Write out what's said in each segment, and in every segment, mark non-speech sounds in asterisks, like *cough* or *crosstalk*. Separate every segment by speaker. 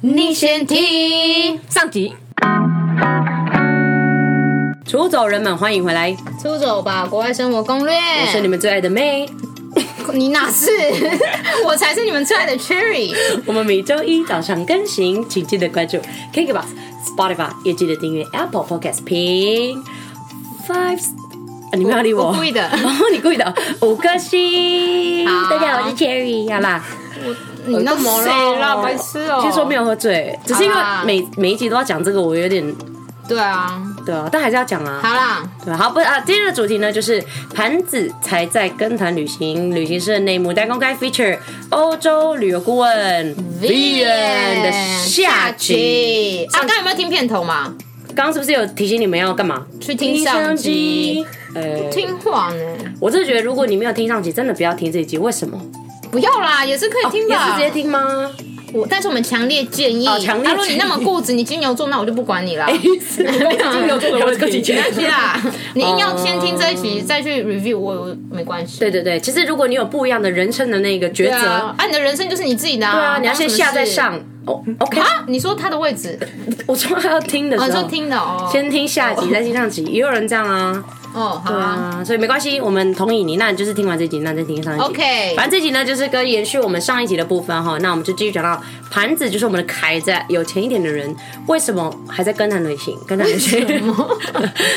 Speaker 1: 你先听。
Speaker 2: 上集。出走人们，欢迎回来，
Speaker 1: 出走吧，国外生活攻略。
Speaker 2: 我是你们最爱的妹。 *laughs*
Speaker 1: 你哪是？ *laughs* 我才是你们最爱的 Cherry。
Speaker 2: 我们每周一早上更新，请记得关注 KKBox、Spotify，也记得订阅 Apple Podcast 评 Five。啊你们要理我？
Speaker 1: 我故意的
Speaker 2: *laughs* 哦，你故意的，五颗星。
Speaker 1: 好
Speaker 2: 大家好，我是 Cherry，好啦。
Speaker 1: 你那么
Speaker 2: 谁
Speaker 1: 啦，白痴哦、
Speaker 2: 听说没有喝醉，只是因为
Speaker 1: 好啦
Speaker 2: 每每一集都要讲这个，我有点
Speaker 1: 对啊，
Speaker 2: 对啊，但还是要讲啊。
Speaker 1: 好啦，
Speaker 2: 对，好不啊，今天的主题呢就是盘子才在跟团旅行，旅行社内幕大公开 feature 欧洲旅游顾问 Vian 的下集。
Speaker 1: 集啊，刚刚有没有听片头嘛？
Speaker 2: 刚刚是不是有提醒你们要干嘛？
Speaker 1: 去听上集。
Speaker 2: 呃，
Speaker 1: 听话呢？
Speaker 2: 我真的觉得，如果你没有听上集，真的不要听这一集。为什么？哦
Speaker 1: 不要啦，也是可以听
Speaker 2: 也
Speaker 1: 的。
Speaker 2: 是直接听
Speaker 1: *laughs*
Speaker 2: 吗？
Speaker 1: 我，但是我们强烈建议。
Speaker 2: 哦强烈
Speaker 1: 啊如果你
Speaker 2: 建议
Speaker 1: 那么固执，你金牛座，那我就不管你啦。
Speaker 2: 是金牛座的问
Speaker 1: *laughs*
Speaker 2: 题哦
Speaker 1: 没关系啦，你硬要先听这一集再去 review，我我没关系。
Speaker 2: 对对对，其实如果你有不一样的人生的那个抉
Speaker 1: 对
Speaker 2: 择
Speaker 1: 啊，，啊，你的人生就是你自己的、啊。
Speaker 2: 对啊，你要先下再
Speaker 1: 关
Speaker 2: 上。哦
Speaker 1: 我
Speaker 2: ，OK，
Speaker 1: 什么事啊。你说他的位置，
Speaker 2: 我说要听的
Speaker 1: 哦，你
Speaker 2: 时
Speaker 1: 说
Speaker 2: 候，
Speaker 1: 听的哦。
Speaker 2: 先听下集再听上集，也有人这样啊。
Speaker 1: 哦，好
Speaker 2: 对
Speaker 1: 啊。
Speaker 2: 啊，所以没关系，我们同意你。那你就是听完这集，那再听上一集。
Speaker 1: OK
Speaker 2: 反正这集呢，就是跟延续我们上一集的部分哈。那我们就继续讲到盘子，就是我们的凯子，有钱一点的人为什么还在跟团旅行？跟团旅行， *laughs*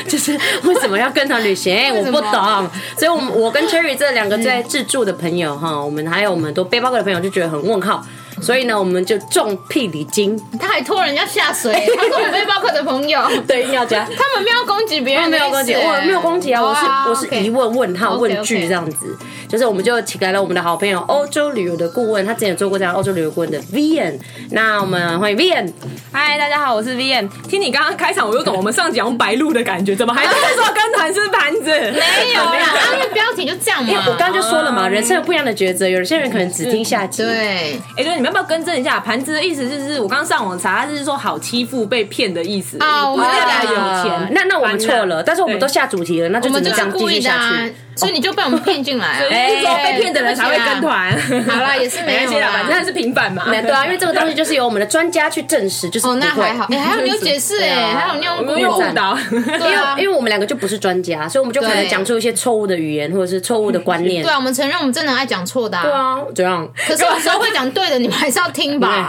Speaker 2: 就是为什么要跟团旅
Speaker 1: *laughs*
Speaker 2: 行？哎我
Speaker 1: 什么
Speaker 2: 不懂。所以，我们我跟 Cherry 这两个在自助的朋友
Speaker 1: *laughs*
Speaker 2: 哈，我们还有我们很多背包客的朋友就觉得很问号。所以呢，我们就重屁礼金，
Speaker 1: 他还拖人家下水，他是我背包客的朋友，
Speaker 2: 对，一定要加。
Speaker 1: 他们没有攻击别
Speaker 2: 他
Speaker 1: 人的
Speaker 2: 没
Speaker 1: 意思，
Speaker 2: 有攻击，我没有攻击啊，我是、我是疑
Speaker 1: 问。
Speaker 2: 问、问号、
Speaker 1: OK，OK
Speaker 2: 问句这样子。就是我们就请来了我们的好朋友欧洲旅游的顾问，他之前有做过这样欧洲旅游顾问的 Vian，那我们欢迎 Vian。
Speaker 3: 嗨，大家好，我是 Vian。听你刚刚开场，我有种我们上讲白鹿的感觉，
Speaker 1: *laughs*
Speaker 3: 怎么还在说跟团是盘子？
Speaker 1: 没有啦，他们标题就这样嘛。
Speaker 2: 我刚刚就说了嘛，人生有不一样的抉择，有些人可能只听下集。
Speaker 1: 对，
Speaker 3: 哎、对，你们要不要更正一下？盘子的意思就是，我刚上网查，它是说好欺负、被骗的意思。
Speaker 1: 啊
Speaker 3: 不是
Speaker 1: 我知道
Speaker 3: 代表有
Speaker 2: 啊
Speaker 3: 钱。
Speaker 2: 那那我们错了，但是我们
Speaker 3: 对
Speaker 2: 都下主题了，那就
Speaker 1: 我
Speaker 2: 只
Speaker 1: 们就
Speaker 2: 能这
Speaker 1: 是
Speaker 2: 样继
Speaker 1: 故
Speaker 2: 续
Speaker 1: 意的
Speaker 2: 下
Speaker 1: 啊
Speaker 2: 去。，
Speaker 1: 所以你就被我们骗进来啊。
Speaker 3: 就是说被骗的人才会
Speaker 1: 对
Speaker 3: 跟团。
Speaker 1: 好啦，也是没
Speaker 3: 没关
Speaker 1: 有
Speaker 3: 系啦，
Speaker 1: 啦
Speaker 3: 反正它是平反嘛。
Speaker 2: 那对啊，因为这个东西就是由我们的专家去证实，就是
Speaker 1: 哦，那
Speaker 2: 不会啊
Speaker 1: 还好，哎，还有你有解
Speaker 2: *laughs*
Speaker 1: 释哎，还有你用
Speaker 3: *laughs* 我有误导。
Speaker 1: *laughs* 对啊
Speaker 2: 因为因为我们两个就不是专家，所以我们就可能
Speaker 1: 对
Speaker 2: 讲出一些错误的语言或者是错误的观念。
Speaker 1: 对啊，我们承认我们真的很爱讲错的、啊。对
Speaker 2: 对，啊，怎样？
Speaker 1: 可是有时候会讲对的，你们还是要听
Speaker 2: *laughs*
Speaker 1: 吧，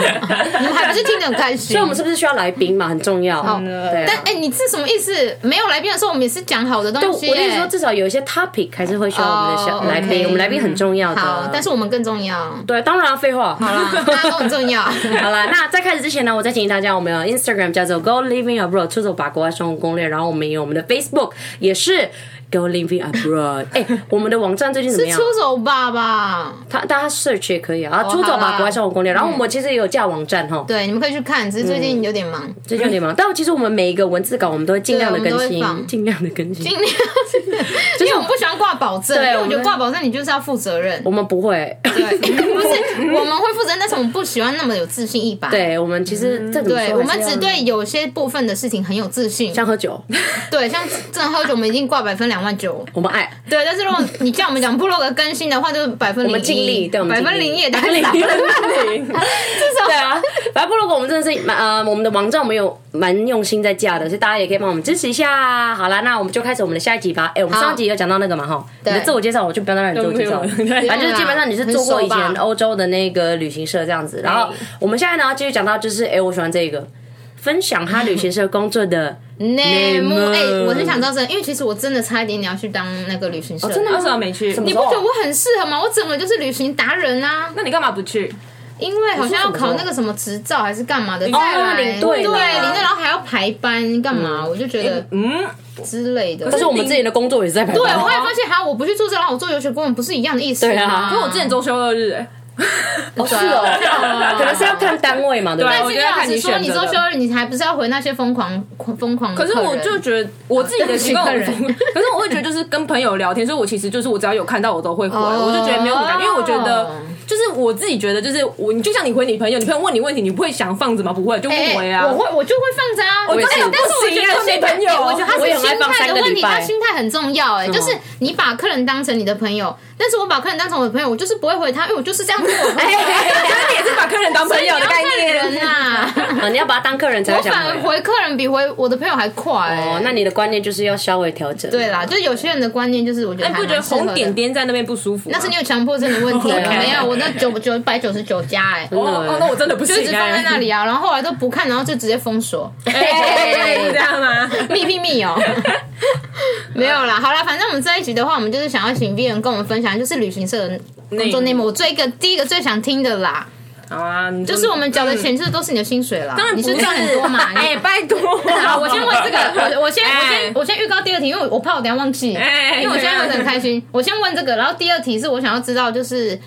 Speaker 1: 你们还不是听得很开心。
Speaker 2: 所以我们是不是需要来宾嘛？很重要。对啊。
Speaker 1: 嗯但哎、你是什么意思？没有来宾的时候，我们也是讲好的
Speaker 2: 但
Speaker 1: 东
Speaker 2: 我
Speaker 1: 西耶、哎
Speaker 2: 的意思说，至少有一些 topic 还是会需要我们的小
Speaker 1: 哦
Speaker 2: 来宾
Speaker 1: OK
Speaker 2: 我们来宾很重要的。
Speaker 1: 好，但
Speaker 2: 是
Speaker 1: 是我们更重要。
Speaker 2: 对，当然啊废话。好
Speaker 1: 好
Speaker 2: *laughs*
Speaker 1: 啦，大家都很重要。
Speaker 2: 好啦，那在开始之前呢，我再提醒大家，我们有 Instagram 叫做 Go Living Abroad，出走吧国外生活攻略，然后我们也有我们的 Facebook，也是 Go Living
Speaker 1: *laughs*
Speaker 2: Abroad。哎、我们的网站最近怎么样？
Speaker 1: 出走吧吧，
Speaker 2: 他大家 search 也可以啊，啊出走
Speaker 1: 好
Speaker 2: 吧
Speaker 1: 啦嗯
Speaker 2: 国外生活攻略。然后我们其实也有架网站哈，
Speaker 1: 对，你们可以去看，只是最
Speaker 2: 嗯
Speaker 1: 近有点忙，
Speaker 2: 最近有点忙，但其实我们每一个文字稿我们都会尽量的
Speaker 1: 对我
Speaker 2: 更
Speaker 1: 们都会
Speaker 2: 新，
Speaker 1: 放
Speaker 2: 尽量的更新。 *laughs*
Speaker 1: 尽量，因为我不喜欢挂保证，因
Speaker 2: 对
Speaker 1: 为我觉
Speaker 2: 我
Speaker 1: 得
Speaker 2: 们
Speaker 1: 挂保证你就是要负责任
Speaker 2: 我。们不会，
Speaker 1: 对，不是我们会负责任，但是我们不喜欢那么有自信一把。。
Speaker 2: *laughs* 对我们其实
Speaker 3: 嗯
Speaker 2: 这怎么
Speaker 1: 对，
Speaker 2: 说
Speaker 1: 我
Speaker 2: 还
Speaker 1: 们
Speaker 2: 是要
Speaker 1: 只对有些部分的事情很有自信，
Speaker 2: 像
Speaker 1: *laughs*
Speaker 2: 喝酒，
Speaker 1: 对，像正喝酒，我们已经挂百分两万九，
Speaker 2: 我们爱，
Speaker 1: 对。但是如果你叫我们讲部落格更新的话，就是百分
Speaker 2: 我
Speaker 1: 零
Speaker 2: 们尽力，对，我们
Speaker 1: 百
Speaker 2: 尽
Speaker 1: 分
Speaker 2: 力
Speaker 1: 零也
Speaker 2: *laughs* 百
Speaker 1: 太
Speaker 2: 分零
Speaker 1: 少 *laughs*
Speaker 2: 也
Speaker 1: 了，
Speaker 2: 零。
Speaker 1: 至少
Speaker 2: 对啊，反正部落格我们真的是蛮呃，我们的网站我们有蛮用心在架的，所以大家也可以帮我们支持一下。好啦，那我们就开始我们的下一集吧。哎，我们
Speaker 1: 好
Speaker 2: 上集有讲到那个嘛哈，你的
Speaker 1: 对
Speaker 2: 自我介绍我就不要再让你自我介绍
Speaker 1: *laughs*
Speaker 2: 了，
Speaker 3: 都没有对
Speaker 2: 反正就是基本上你是做过以前
Speaker 1: 很熟吧
Speaker 2: 欧洲的那个旅行社这样子。然后我们现在呢要继续讲到就是，哎，我喜欢这个分享他旅行社工作
Speaker 1: 嗯
Speaker 2: 的
Speaker 1: 内幕
Speaker 2: 内幕
Speaker 1: 哎，我是想到这个，因为其实我真的差一点点要去当那个旅行社，
Speaker 2: 哦真的吗
Speaker 3: 为什么没去？
Speaker 2: 啊什么
Speaker 1: 你不觉得我很适合吗？我整个就是旅行达人啊，
Speaker 3: 那你干嘛不去？
Speaker 1: 因为好像要考
Speaker 2: 你是怎么说
Speaker 1: 那个什么执照还是干嘛的，
Speaker 3: 哦
Speaker 1: 再来
Speaker 2: 领队
Speaker 1: 对
Speaker 2: 嘛
Speaker 1: 领队，然后还要排班干嘛？我就觉得
Speaker 3: 嗯，
Speaker 1: 之类的。
Speaker 2: 可是我们自己的工作也是在排
Speaker 1: 对，
Speaker 2: 班
Speaker 1: 我还发现，哈，我不去做这，然后我做游学顾问，不是一样的意思吗？
Speaker 2: 对啊
Speaker 3: 因为我之前周休二日、哎
Speaker 2: 哦是哦，可能是要看单位嘛，对不对
Speaker 3: 对？
Speaker 1: 但是
Speaker 3: 我觉得
Speaker 1: 老
Speaker 3: 看
Speaker 1: 实
Speaker 3: 你
Speaker 1: 说，
Speaker 3: 选
Speaker 1: 你
Speaker 3: 择
Speaker 1: 周休
Speaker 3: 的
Speaker 1: 日，你还不是要回那些疯狂疯狂的
Speaker 3: 可
Speaker 1: 客
Speaker 3: 是
Speaker 1: 人？
Speaker 3: 我就觉得我自己的习惯，
Speaker 1: 客
Speaker 3: 我
Speaker 1: 人
Speaker 3: 不可是我会觉得就是跟朋友聊天，所以我其实就是我只要有看到我都会回，
Speaker 1: 哦
Speaker 3: 我就觉得没有什么感觉，因为我觉得就是我自己觉得就是我，你就像你回你朋友，你朋友问你问题，你不会想放着吗？不会，就不
Speaker 1: 哎，
Speaker 3: 回啊。
Speaker 1: 我会，我就会放着啊。
Speaker 3: 我
Speaker 1: 但
Speaker 3: 也是
Speaker 1: 但是我
Speaker 3: 不行
Speaker 1: 觉
Speaker 3: 啊
Speaker 1: 得
Speaker 3: 没朋友
Speaker 1: 哎我觉得他
Speaker 2: 我也
Speaker 1: 是
Speaker 2: 很爱
Speaker 1: 心
Speaker 2: 放
Speaker 1: 态
Speaker 2: 三
Speaker 1: 的
Speaker 2: 个
Speaker 1: 问
Speaker 2: 礼
Speaker 1: 题，
Speaker 2: 拜
Speaker 1: 他心态很重要。哎，就是你把客人当成你的朋友，但是我把客人当成我的朋友，我就是不会回他，因为我就是这样子。我
Speaker 2: 哎
Speaker 3: 就是你也是把客人当朋友
Speaker 1: 不
Speaker 3: 的
Speaker 1: 要
Speaker 3: 概
Speaker 1: 看
Speaker 3: 念。
Speaker 1: 人呐、啊，
Speaker 2: *laughs* 啊，你要把他当客人才
Speaker 1: 我
Speaker 2: 会想
Speaker 1: 反而
Speaker 2: 回来。
Speaker 1: 回客人比回我的朋友还快、欸。
Speaker 2: 哦，那你的观念就是要稍微调整。
Speaker 1: 对啦，就有些人的观念就是，我哎觉得
Speaker 3: 那你不觉
Speaker 1: 还
Speaker 3: 得
Speaker 1: 蛮适合的
Speaker 3: 红点点在那边不舒服吗？
Speaker 1: 那是你有强迫症的问题，啊
Speaker 2: OK
Speaker 1: 没有我那九九百九十九加哎、
Speaker 3: 哦哦，那我真的不
Speaker 1: 就
Speaker 3: 行
Speaker 1: 一直放在那
Speaker 3: 里，
Speaker 1: 里
Speaker 3: *laughs*
Speaker 1: 啊，然后后来都不看，然后就直接封锁，
Speaker 3: 哎你知道吗？
Speaker 1: 密密密
Speaker 3: *laughs*
Speaker 1: 哦，没有啦，好啦，反正我们这一集的话，我们就是想要请 B 人跟我们分享，就是旅行社的工作
Speaker 3: 嗯
Speaker 1: 内幕。我最一个第一个最想听的啦，
Speaker 3: 好啊，你
Speaker 1: 就是我们缴的钱，就是都是你的薪水啦，当
Speaker 3: 当然
Speaker 1: 你
Speaker 3: 不
Speaker 1: 是
Speaker 3: 是
Speaker 1: 赚很多嘛，你
Speaker 3: *laughs* 哎，拜托，
Speaker 1: *laughs* 好，我先问这
Speaker 3: *laughs*
Speaker 1: 个，我我先我
Speaker 3: 哎
Speaker 1: 先我先预告第二题，因为我怕我等一下忘记，
Speaker 3: 哎
Speaker 1: 因为我现在有点很开心。我先问这个，然后第二题是我想要知道，就是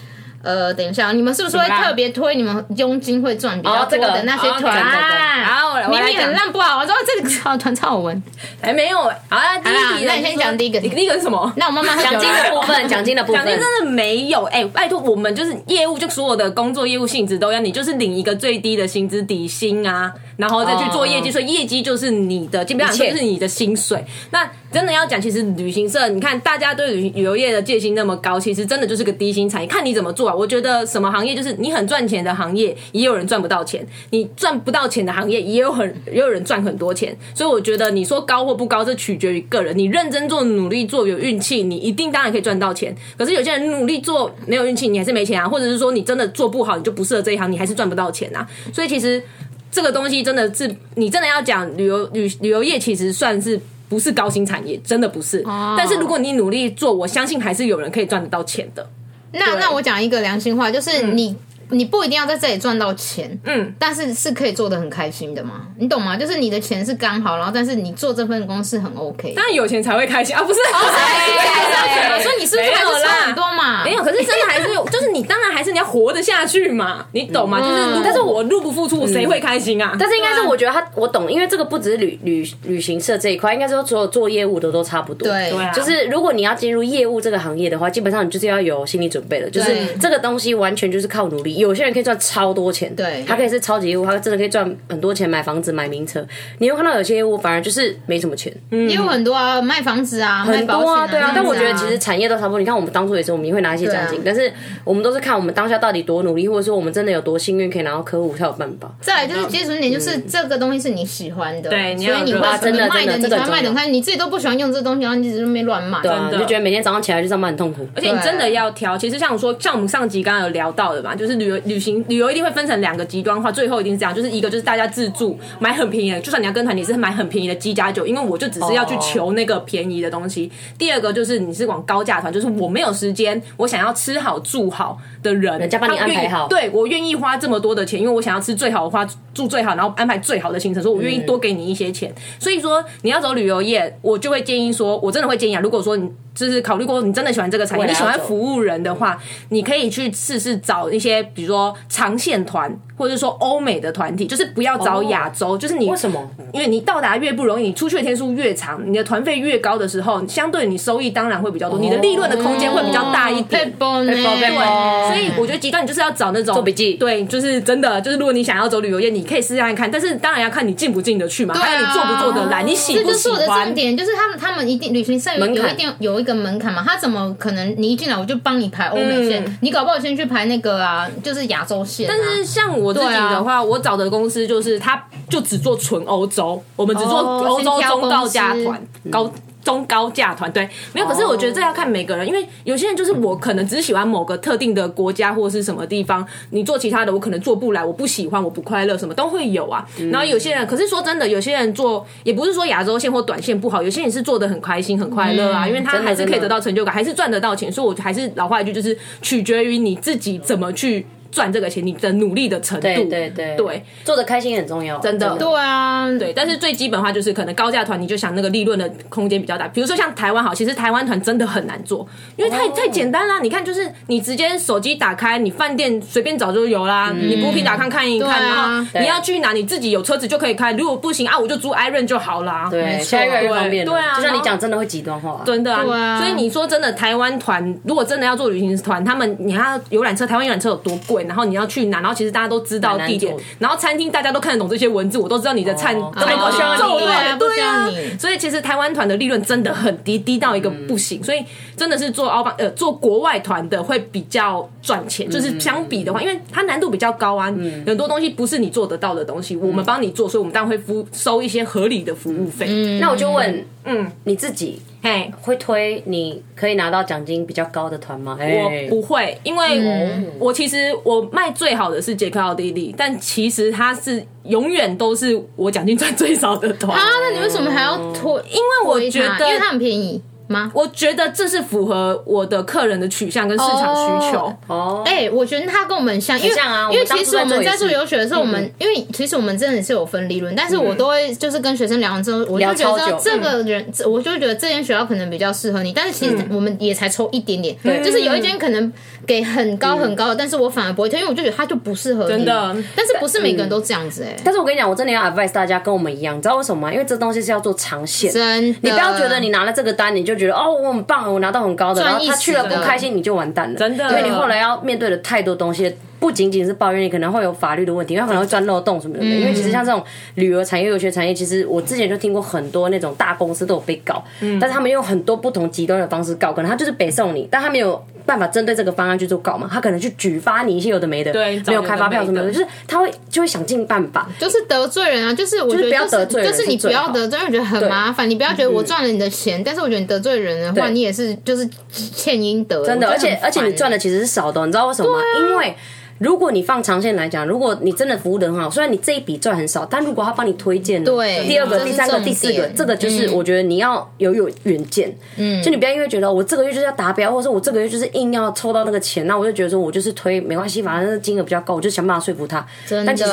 Speaker 1: 呃，等一下，你们是不是会
Speaker 3: 怎么啦
Speaker 1: 特别推你们佣金会赚比较
Speaker 2: 哦这
Speaker 1: 多
Speaker 2: 个
Speaker 1: 的那些
Speaker 2: 哦
Speaker 1: 团
Speaker 2: 对对对
Speaker 1: 啊？
Speaker 3: 好我来我
Speaker 1: 明
Speaker 3: 来
Speaker 1: 明
Speaker 3: 讲
Speaker 1: 很烂不好，我说这个超团超好闻。
Speaker 3: 哎，没有，好啊，第一题，
Speaker 1: 那你先讲第一个
Speaker 3: 你第一个是什么？
Speaker 1: 那我慢慢喝酒
Speaker 2: 奖金的
Speaker 1: 啦。
Speaker 2: 部分，奖金的部
Speaker 3: 奖金
Speaker 2: 分，
Speaker 3: 真的没有，哎、拜托，我们就是业务，就所有的工作业务性质都要，你就是领一个最低的薪资底薪啊，然后再去做业绩，
Speaker 2: 哦
Speaker 3: 所以业绩就是你的，基本上
Speaker 2: 一切
Speaker 3: 就是你的薪水。那真的要讲，其实旅行社，你看大家对旅旅游业的戒心那么高，其实真的就是个低薪产业，看你怎么做啊。我觉得什么行业，就是你很赚钱的行业，也有人赚不到钱；你赚不到钱的行业，也有很也有人赚很多钱。所以我觉得你说高或不高，这取决于个人。你认真做、努力做、有运气，你一定当然可以赚到钱。可是有些人努力做没有运气，你还是没钱啊，或者是说你真的做不好，你就不适合这一行，你还是赚不到钱啊。所以其实这个东西真的是，你真的要讲旅游旅旅游业，其实算是。不是高薪产业，真的不是。
Speaker 1: 哦
Speaker 3: 但是如果你努力做，我相信还是有人可以赚得到钱的。
Speaker 1: 那那我讲一个良心话，就是
Speaker 3: 嗯
Speaker 1: 你。你不一定要在这里赚到钱，嗯，但是是可以做的很开心的嘛，你懂吗？就是你的钱是刚好，然后但是你做这份工是很 OK 的。
Speaker 3: 当然有钱才会开心啊，不是？不
Speaker 2: 哎
Speaker 1: 我说你是不是还是差很多嘛？
Speaker 3: 没有，可是真的还是有，就是你当然还是你要活得下去嘛，你懂吗？就是如果，但是我入不敷出，我谁会开心啊？
Speaker 2: 但是应该是我觉得他我懂，因为这个不只是旅旅旅行社这一块，应该说所有做业务的都差不多。
Speaker 1: 对对
Speaker 3: 啊
Speaker 2: 就是如果你要进入业务这个行业的话，基本上你就是要有心理准备了，就是
Speaker 1: 对
Speaker 2: 这个东西完全就是靠努力。有些人可以赚超多钱，
Speaker 1: 对
Speaker 2: 他可以是超级业务，他真的可以赚很多钱买房子、买名车。你会看到有些业务反而就是没什么钱，
Speaker 1: 也有很多啊，卖房子啊，卖
Speaker 2: 很
Speaker 1: 保
Speaker 2: 多
Speaker 1: 险
Speaker 2: 啊，对
Speaker 1: 这样
Speaker 2: 啊
Speaker 1: 子。
Speaker 2: 啊但我觉得其实产业都差不多。你看我们当初也是，我们也会拿一些奖金，
Speaker 1: 对
Speaker 2: 但是我们都是看我们当下到底多努力，或者说我们真的有多幸运可以拿到客户才有办法。
Speaker 1: 再来啊就是基础点，就是这个东西是你喜欢的，
Speaker 3: 对你
Speaker 1: 所
Speaker 3: 要
Speaker 1: 以你
Speaker 3: 有
Speaker 1: 会
Speaker 3: 热
Speaker 2: 忱
Speaker 1: 你卖
Speaker 2: 真的
Speaker 1: 你
Speaker 2: 真的
Speaker 1: 才会卖
Speaker 2: 真的
Speaker 1: 的开，你自己都不喜欢用这东西，然后你只是那边乱卖，
Speaker 2: 对啊，
Speaker 3: 真的
Speaker 2: 你就觉得每天早上起来就上班很痛苦。啊
Speaker 3: 而且你真的要挑，其实像我说，像我们上集刚刚有聊到的嘛，就是旅游、旅行、旅游一定会分成两个极端化，最后一定是这样，就是一个就是大家自助买很便宜的，就算你要跟团，你是买很便宜的鸡加酒，因为我就只是要去求那个便宜的东西。第二个就是你是往高价团，就是我没有时间，我想要吃好住好的人，人
Speaker 2: 家帮你安排好
Speaker 3: 对我愿意花这么多的钱，因为我想要吃最好的花，住最好，然后安排最好的行程，所以
Speaker 2: 嗯
Speaker 3: 我愿意多给你一些钱。所以说你要走旅游业，我就会建议说，我真的会建议啊，如果说你就是考虑过，你真的喜欢这个产业，
Speaker 2: 未来
Speaker 3: 你
Speaker 2: 要
Speaker 3: 喜欢
Speaker 2: 走嗯
Speaker 3: 服务人的话，你可以去试试找一些，比如说长线团，或者是说欧美的团体，就是不要找亚洲，就是你
Speaker 2: 哦为什么？
Speaker 3: 因为你到达越不容易，你出去的天数越长，你的团费越高的时候，相对你收益当然会比较
Speaker 2: 哦
Speaker 3: 多，你的利润的空间会比较大一点。
Speaker 1: 包呢，
Speaker 2: 配包
Speaker 1: 哦
Speaker 3: 对，所以我觉得极端你就是要找那种做
Speaker 2: 笔记
Speaker 3: 对，就是真的，就是如果你想要走旅游业，你可以试下看，但是当然要看你进不进得去嘛，还有你做不做得来，你喜
Speaker 1: 啊哦这
Speaker 3: 不
Speaker 1: 就
Speaker 3: 喜
Speaker 1: 是我的
Speaker 3: 欢
Speaker 1: 重。点，啊就是他们他们一定旅行社有
Speaker 2: 门
Speaker 1: 有
Speaker 2: 槛
Speaker 1: 一定有一个门槛嘛，他怎么可能你一进来我就帮你排欧美线，你搞不好先去排那个啊，就是亚洲线啊，
Speaker 3: 但是像我自己的
Speaker 1: 啊
Speaker 3: 话，我找的公司就是它就只做纯欧洲，我们只做
Speaker 1: 哦
Speaker 3: 欧洲
Speaker 1: 先挑
Speaker 3: 中高价
Speaker 1: 公司
Speaker 3: 团、高中高价团，对，没有。可是我觉得这要看每个人，因为有些人就是我可能只喜欢某个特定的国家或是什么地方，你做其他的我可能做不来，我不喜欢，我不快乐，什么都会有啊。
Speaker 2: 嗯
Speaker 3: 然后有些人，可是说真的，有些人做也不是说亚洲线或短线不好，有些人是做的很开心很快乐啊，因为他
Speaker 2: 嗯真的
Speaker 3: 还是可以
Speaker 2: 真的
Speaker 3: 得到成就感，还是赚得到钱。所以我还是老话一句，就是取决于你自己怎么去。赚这个钱，你的努力的程度，
Speaker 2: 对对对
Speaker 3: 对，
Speaker 2: 做的开心很重要，真
Speaker 3: 的
Speaker 1: 对啊，
Speaker 3: 对，但是最基本化就是可能高价团，你就想那个利润的空间比较大。比如说像台湾好，其实台湾团真的很难做，因为
Speaker 1: 哦
Speaker 3: 太、太简单啦。你看，就是你直接手机打开，你饭店随便找就有啦，你不平打看看一
Speaker 1: 嗯
Speaker 3: 看，
Speaker 1: 对啊
Speaker 3: 然后你要去哪，你自己有车子就可以开。如果不行啊，我就租 i r o n 就好啦。
Speaker 2: 对，
Speaker 1: 没错
Speaker 2: 现在越来越方便了。
Speaker 3: 对对啊
Speaker 2: 就像你讲，真的会极端化。
Speaker 3: 真的啊，
Speaker 1: 对啊
Speaker 3: 所以你说真的，台湾团如果真的要做旅行团，他们你看游览车，台湾游览车有多贵？位，然后你要去哪，然后其实大家都知道
Speaker 2: 蛮难
Speaker 3: 地点
Speaker 2: 做的，
Speaker 3: 然后餐厅大家都看得懂这些文字，我都知道你的餐
Speaker 2: 哦
Speaker 3: 都
Speaker 2: 哦
Speaker 3: 重
Speaker 1: 啊对啊
Speaker 3: 类，
Speaker 1: 不需
Speaker 3: 对
Speaker 1: 要
Speaker 3: 啊
Speaker 1: 你，
Speaker 3: 所以其实台湾团的利润真的很低，低到一个不行，
Speaker 1: 嗯
Speaker 3: 所以真的是做奥巴呃做国外团的会比较赚
Speaker 1: 嗯
Speaker 3: 钱，就是相比的话，因为它难度比较高啊，很多东西不是你做得到的东西，我们
Speaker 1: 嗯
Speaker 3: 帮你做，所以我们当然会付收一些合理的服务费。嗯，
Speaker 2: 那我就问，
Speaker 3: 嗯
Speaker 2: 嗯，你自己
Speaker 3: 嘿，
Speaker 2: 会推你可以拿到奖金比较高的团吗？
Speaker 3: 我
Speaker 2: 哎
Speaker 3: 不会，因为
Speaker 1: 嗯
Speaker 3: 我我其实我卖最好的是杰克奥地利，但其实它是永远都是我奖金赚最少的团。
Speaker 1: 啊，那你为什么还要拖？因
Speaker 3: 为我觉得
Speaker 1: 因为它很便宜吗？
Speaker 3: 我觉得这是符合我的客人的取向跟市场需求。
Speaker 1: 哦
Speaker 2: 哦，
Speaker 1: 哎、我觉得他跟我们像，因为
Speaker 2: 很像啊
Speaker 1: 因为
Speaker 2: 我们当
Speaker 1: 其
Speaker 2: 初
Speaker 1: 实我们
Speaker 2: 在做也
Speaker 1: 在
Speaker 2: 是嗯
Speaker 1: 做游学的时候，我们、因为其实我们真的是有分利润，但是我都会就是跟学生聊完之后，我就
Speaker 2: 聊
Speaker 1: 觉
Speaker 2: 超
Speaker 1: 得
Speaker 2: 久嗯
Speaker 1: 这个人，这我就觉得这间学校可能比较适合你，但是其
Speaker 2: 嗯
Speaker 1: 实我们也才抽一点点，就是有一间可能给很高
Speaker 2: 嗯
Speaker 1: 很高的，但是我反而不会推，因为我就觉得他就不适合你，
Speaker 3: 真的
Speaker 1: 但是不是每个人都这样子哎、
Speaker 2: 但是我跟你讲，我真的要 advise 大家跟我们一样，你知道为什么吗？因为这东西是要做长线，
Speaker 1: 真的
Speaker 2: 你不要觉得你拿了这个单，你就觉得哦我很棒，我拿到很高的，
Speaker 1: 赚
Speaker 2: 然
Speaker 1: 一
Speaker 2: 后
Speaker 1: 时
Speaker 2: 他去了
Speaker 1: 的
Speaker 2: 不开心，你就完蛋了，
Speaker 3: 真的
Speaker 2: 因为你后来要面对的太多东西。不仅仅是抱怨，你可能会有法律的问题，因为可能会钻漏洞什么的。因为其实像这种旅游产业、游学产业，其实我之前就听过很多那种大公司都有被告，但是他们用很多不同极端的方式告，可能他就是北送你，但他没有办法针对这个方案去做告嘛，他可能去举发你一些有的没的，
Speaker 3: 对
Speaker 2: 没有开发票什么
Speaker 3: 找有的没的
Speaker 2: 的，就是他会就会想尽办法，
Speaker 1: 就是得罪人啊，就是我觉得
Speaker 2: 就是不要得罪人
Speaker 1: 就是你不要
Speaker 2: 是最好
Speaker 1: 得罪，人，我觉得很麻烦。你不要觉得我赚了你的钱，但是我觉得你得罪人的话，
Speaker 2: 对
Speaker 1: 你也是就是欠应得。欸
Speaker 2: 真的，而且而且你赚
Speaker 1: 的
Speaker 2: 的其实是少的，你知道为什么吗？
Speaker 1: 啊
Speaker 2: 因为如果你放长线来讲，如果你真的服务的很好，虽然你这一笔赚很少，但如果他帮你推荐了
Speaker 1: 对
Speaker 2: 第二个、
Speaker 1: 这是
Speaker 2: 第三个、
Speaker 1: 重点嗯
Speaker 2: 第四个，这个就是我觉得你要有有远见，嗯，就你不要因为觉得我这个月就是要达标，或者说我这个月就是硬要抽到那个钱，那我就觉得说我就是推没关系，反正金额比较高，我就想办法说服他。
Speaker 1: 真的
Speaker 2: 但其实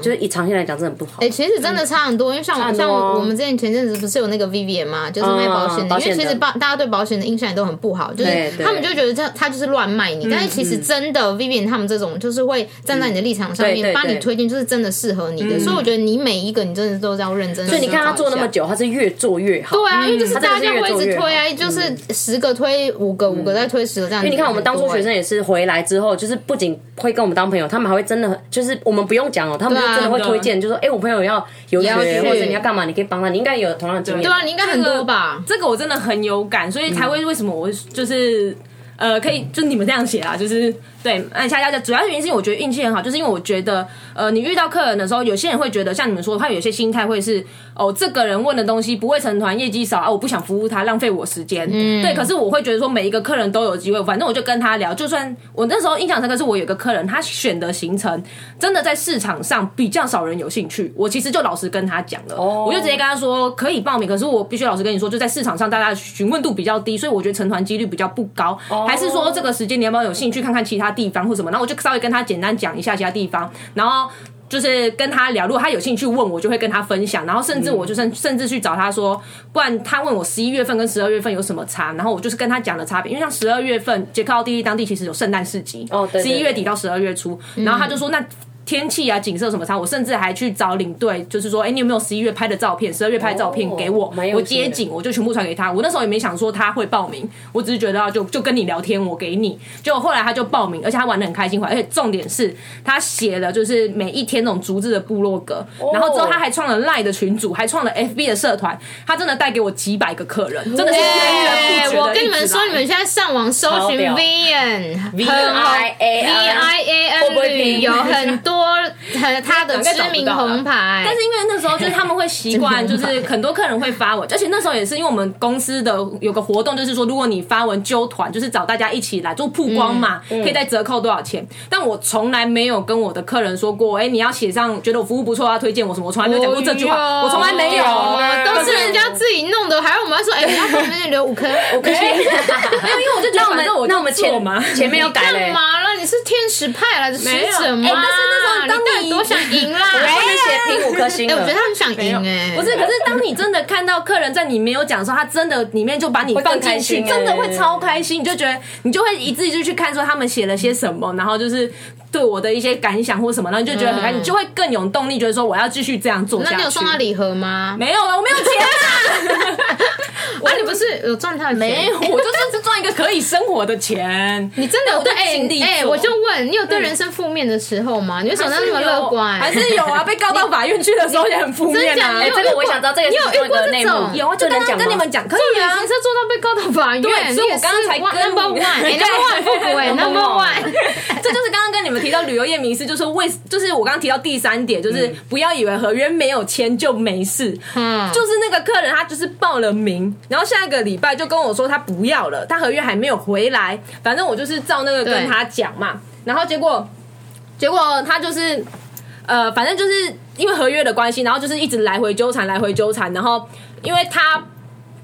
Speaker 2: 就是以长线来讲，真的不好
Speaker 1: 哎、。其实真的差很多，因为像我
Speaker 2: 很多
Speaker 1: 像
Speaker 2: 哦
Speaker 1: 我们之前前阵子不是有那个 Vivian 嘛，就是卖保险的，
Speaker 2: 嗯保
Speaker 1: 因为
Speaker 2: 险
Speaker 1: 其
Speaker 2: 的
Speaker 1: 实保大家对保险的印象也都很不好，就是
Speaker 2: 对对嗯
Speaker 1: 他们就觉得这他就是乱卖你，但是其实真的 Vivian 他们这种就是会站在你的立场上
Speaker 2: 嗯对
Speaker 1: 面
Speaker 2: 对
Speaker 1: 帮你
Speaker 2: 对嗯
Speaker 1: 推荐，就是真的适合你的，所以我觉得你每一个你真的都是要认真。所
Speaker 2: 所以你看他做那么。久，他是越做越好。
Speaker 1: 对啊，因为就是
Speaker 2: 嗯他真
Speaker 1: 大
Speaker 2: 的是
Speaker 1: 家
Speaker 2: 越
Speaker 1: 会一
Speaker 2: 做
Speaker 1: 直
Speaker 2: 越嗯
Speaker 1: 推啊，就是十个推五个，五个再推十个这样子。因欸
Speaker 2: 你看，我们当初学生也是回来之后，就是不仅会跟我们当朋友，他们还会真的很，就是我们不用讲哦，他们就真的会推荐，就说：“哎、我朋友要游学，
Speaker 1: 要去
Speaker 2: 或者你要干嘛，你可以帮他。”你应该也有同样的经验。
Speaker 1: 对啊，你应该很多吧？
Speaker 3: 这个我真的很有感，所以才会为什么我会就是。呃，可以，就你们这样写啊，就是对，按下下下，主要原因是因为我觉得运气很好，就是因为我觉得，呃，你遇到客人的时候，有些人会觉得呃像你们说的，他有些心态会是，哦，这个人问的东西不会成团，业绩少啊，我不想服务他，浪费我时间，对。可是我会觉得说，每一个客人都有机会，反正我就跟他聊，就算我那时候印象深刻是我有一个客人，他选的行程真的在市场上比较少人有兴趣，我其实就老实跟他讲了，我就直接跟他说可以报名，可是我必须老实跟你说，就在市场上大家询问度比较低，所以我觉得成团几率比较不高。还是说这个时间你要不要有兴趣看看其他地方或什么？然后我就稍微跟他简单讲一下其他地方，然后。就是跟他聊，如果他有兴趣问我，就会跟他分享，然后甚至我
Speaker 2: 嗯
Speaker 3: 就甚、甚至去找他说，不然他问我十一月份跟十二月份有什么差，然后我就是跟他讲了差别，因为像十二月份捷克奥地利当地其实有圣诞市集，
Speaker 2: 哦对对嗯
Speaker 3: 十一月底到十二月初，然后他就说那天气啊、景色什么差，我甚至还去找领队，就是说，哎、你有没有十一月拍的照片、十二月拍的照片
Speaker 2: 哦
Speaker 3: 给我？
Speaker 2: 蛮有
Speaker 3: 我
Speaker 2: 心的
Speaker 3: 接景，我就全部传给他。我那时候也没想说他会报名，我只是觉得啊就就跟你聊天，我给你。结果后来他就报名，而且他玩的很开心，而且重点是他写了就是每一天那种逐字的部落格，然后之后他还创了 Line 的群组，还创了 FB 的社团，他真的带给我几百个客人，真的是源源不绝的一直来。
Speaker 1: 我跟你们说，你们现在上网搜寻
Speaker 2: 超屌
Speaker 1: Vian
Speaker 3: *laughs*
Speaker 1: 很
Speaker 2: I A N
Speaker 1: I A
Speaker 2: 会
Speaker 1: N
Speaker 2: 不会拼
Speaker 1: 旅有很多很他的知名红牌，
Speaker 3: 但是因为那时候就是他们会
Speaker 2: *laughs*
Speaker 3: 习惯，就是很多客人会发文，而且那时候也是因为我们公司的有个活动，就是说如果你发文揪团，就是找大家一起来做曝光嘛，
Speaker 2: 嗯
Speaker 3: 可以再折扣多少钱。但我从来没有跟我的客人说过，哎，你要写上觉得我服务不错啊，推荐我什么，我从来没有讲过这句
Speaker 2: 哎
Speaker 3: 话，我从来
Speaker 2: *laughs*
Speaker 3: 没有。啊
Speaker 1: 哦都是人家自己弄的，还要我们说，哎，你要旁边留五
Speaker 3: *laughs*
Speaker 1: 颗，五颗
Speaker 3: 没有，因为我就觉
Speaker 2: 那
Speaker 3: 得
Speaker 2: 我
Speaker 3: 反
Speaker 2: 们
Speaker 3: 正我
Speaker 2: 那我们
Speaker 3: 做
Speaker 2: 前
Speaker 3: 嘛，
Speaker 2: 前面要改嘞
Speaker 1: 干。嘛了？你是天使派来的使者吗？
Speaker 3: 没有哎但是那时候当
Speaker 1: 你到底
Speaker 3: 你
Speaker 1: 多想赢
Speaker 3: *laughs*
Speaker 1: 啦！
Speaker 2: 我帮你写评五颗星
Speaker 1: 哎，我
Speaker 2: 了
Speaker 1: 觉得。他很想赢哎，
Speaker 3: 不是，可是当你真的看到客人在你没有讲的时候，他真的里面就把你
Speaker 2: 会更
Speaker 3: 放进
Speaker 2: 开
Speaker 3: 去，
Speaker 2: 心欸
Speaker 3: 真的会超开心，你就觉得你就会一字一句去看说他们写了些什么，然后就是。对我的一些感想或什么，然后你就觉得很开
Speaker 1: 嗯
Speaker 3: 心，你就会更有动力，觉得说我要继续这样做下
Speaker 1: 那
Speaker 3: 去。
Speaker 1: 你有送他礼盒吗？
Speaker 3: 没有啊，我没有钱啊，
Speaker 1: 啊，你不是有赚他的钱？
Speaker 3: 没有，我就是只赚一个可以生活的钱。
Speaker 1: 你真的有对
Speaker 3: 但我都
Speaker 1: 哎
Speaker 3: 尽力
Speaker 1: 哎、
Speaker 3: 做
Speaker 1: 我就问你有对人生负面的时候吗？你为什么
Speaker 3: 还是
Speaker 1: 那么乐观？
Speaker 3: 有还是有啊？被告到法院去的时候也很负面
Speaker 1: 真的假
Speaker 3: 啊
Speaker 1: 的。
Speaker 2: 哎，这个我也想知道，这个
Speaker 1: 你有
Speaker 2: 是其中一
Speaker 1: 遇过
Speaker 2: 个
Speaker 1: 这
Speaker 2: 内幕
Speaker 1: 种，
Speaker 3: 有啊，就
Speaker 2: 这
Speaker 3: 刚
Speaker 2: 能
Speaker 3: 刚
Speaker 2: 讲
Speaker 3: 跟你们
Speaker 2: 吗？
Speaker 3: 讲，可
Speaker 1: 做
Speaker 3: 以
Speaker 1: 旅
Speaker 3: 啊
Speaker 1: 行。社做到被告到法院，
Speaker 3: 对所以我刚刚才跟你
Speaker 1: number one，哎
Speaker 3: 对
Speaker 1: number one 复古哎
Speaker 3: *laughs*
Speaker 1: number one，
Speaker 3: 这就是刚刚跟你们提到旅游业迷思，就是为就是我刚刚提到第三点，就是不要以为合约没有签就没事。
Speaker 1: 嗯
Speaker 3: 就是那个客人他就是报了名，然后下一个礼拜就跟我说他不要了，他合约还没有回来，反正我就是照那个
Speaker 1: 对
Speaker 3: 跟他讲嘛，然后结果结果他就是呃，反正就是因为合约的关系，然后就是一直来回纠缠，来回纠缠，然后因为他。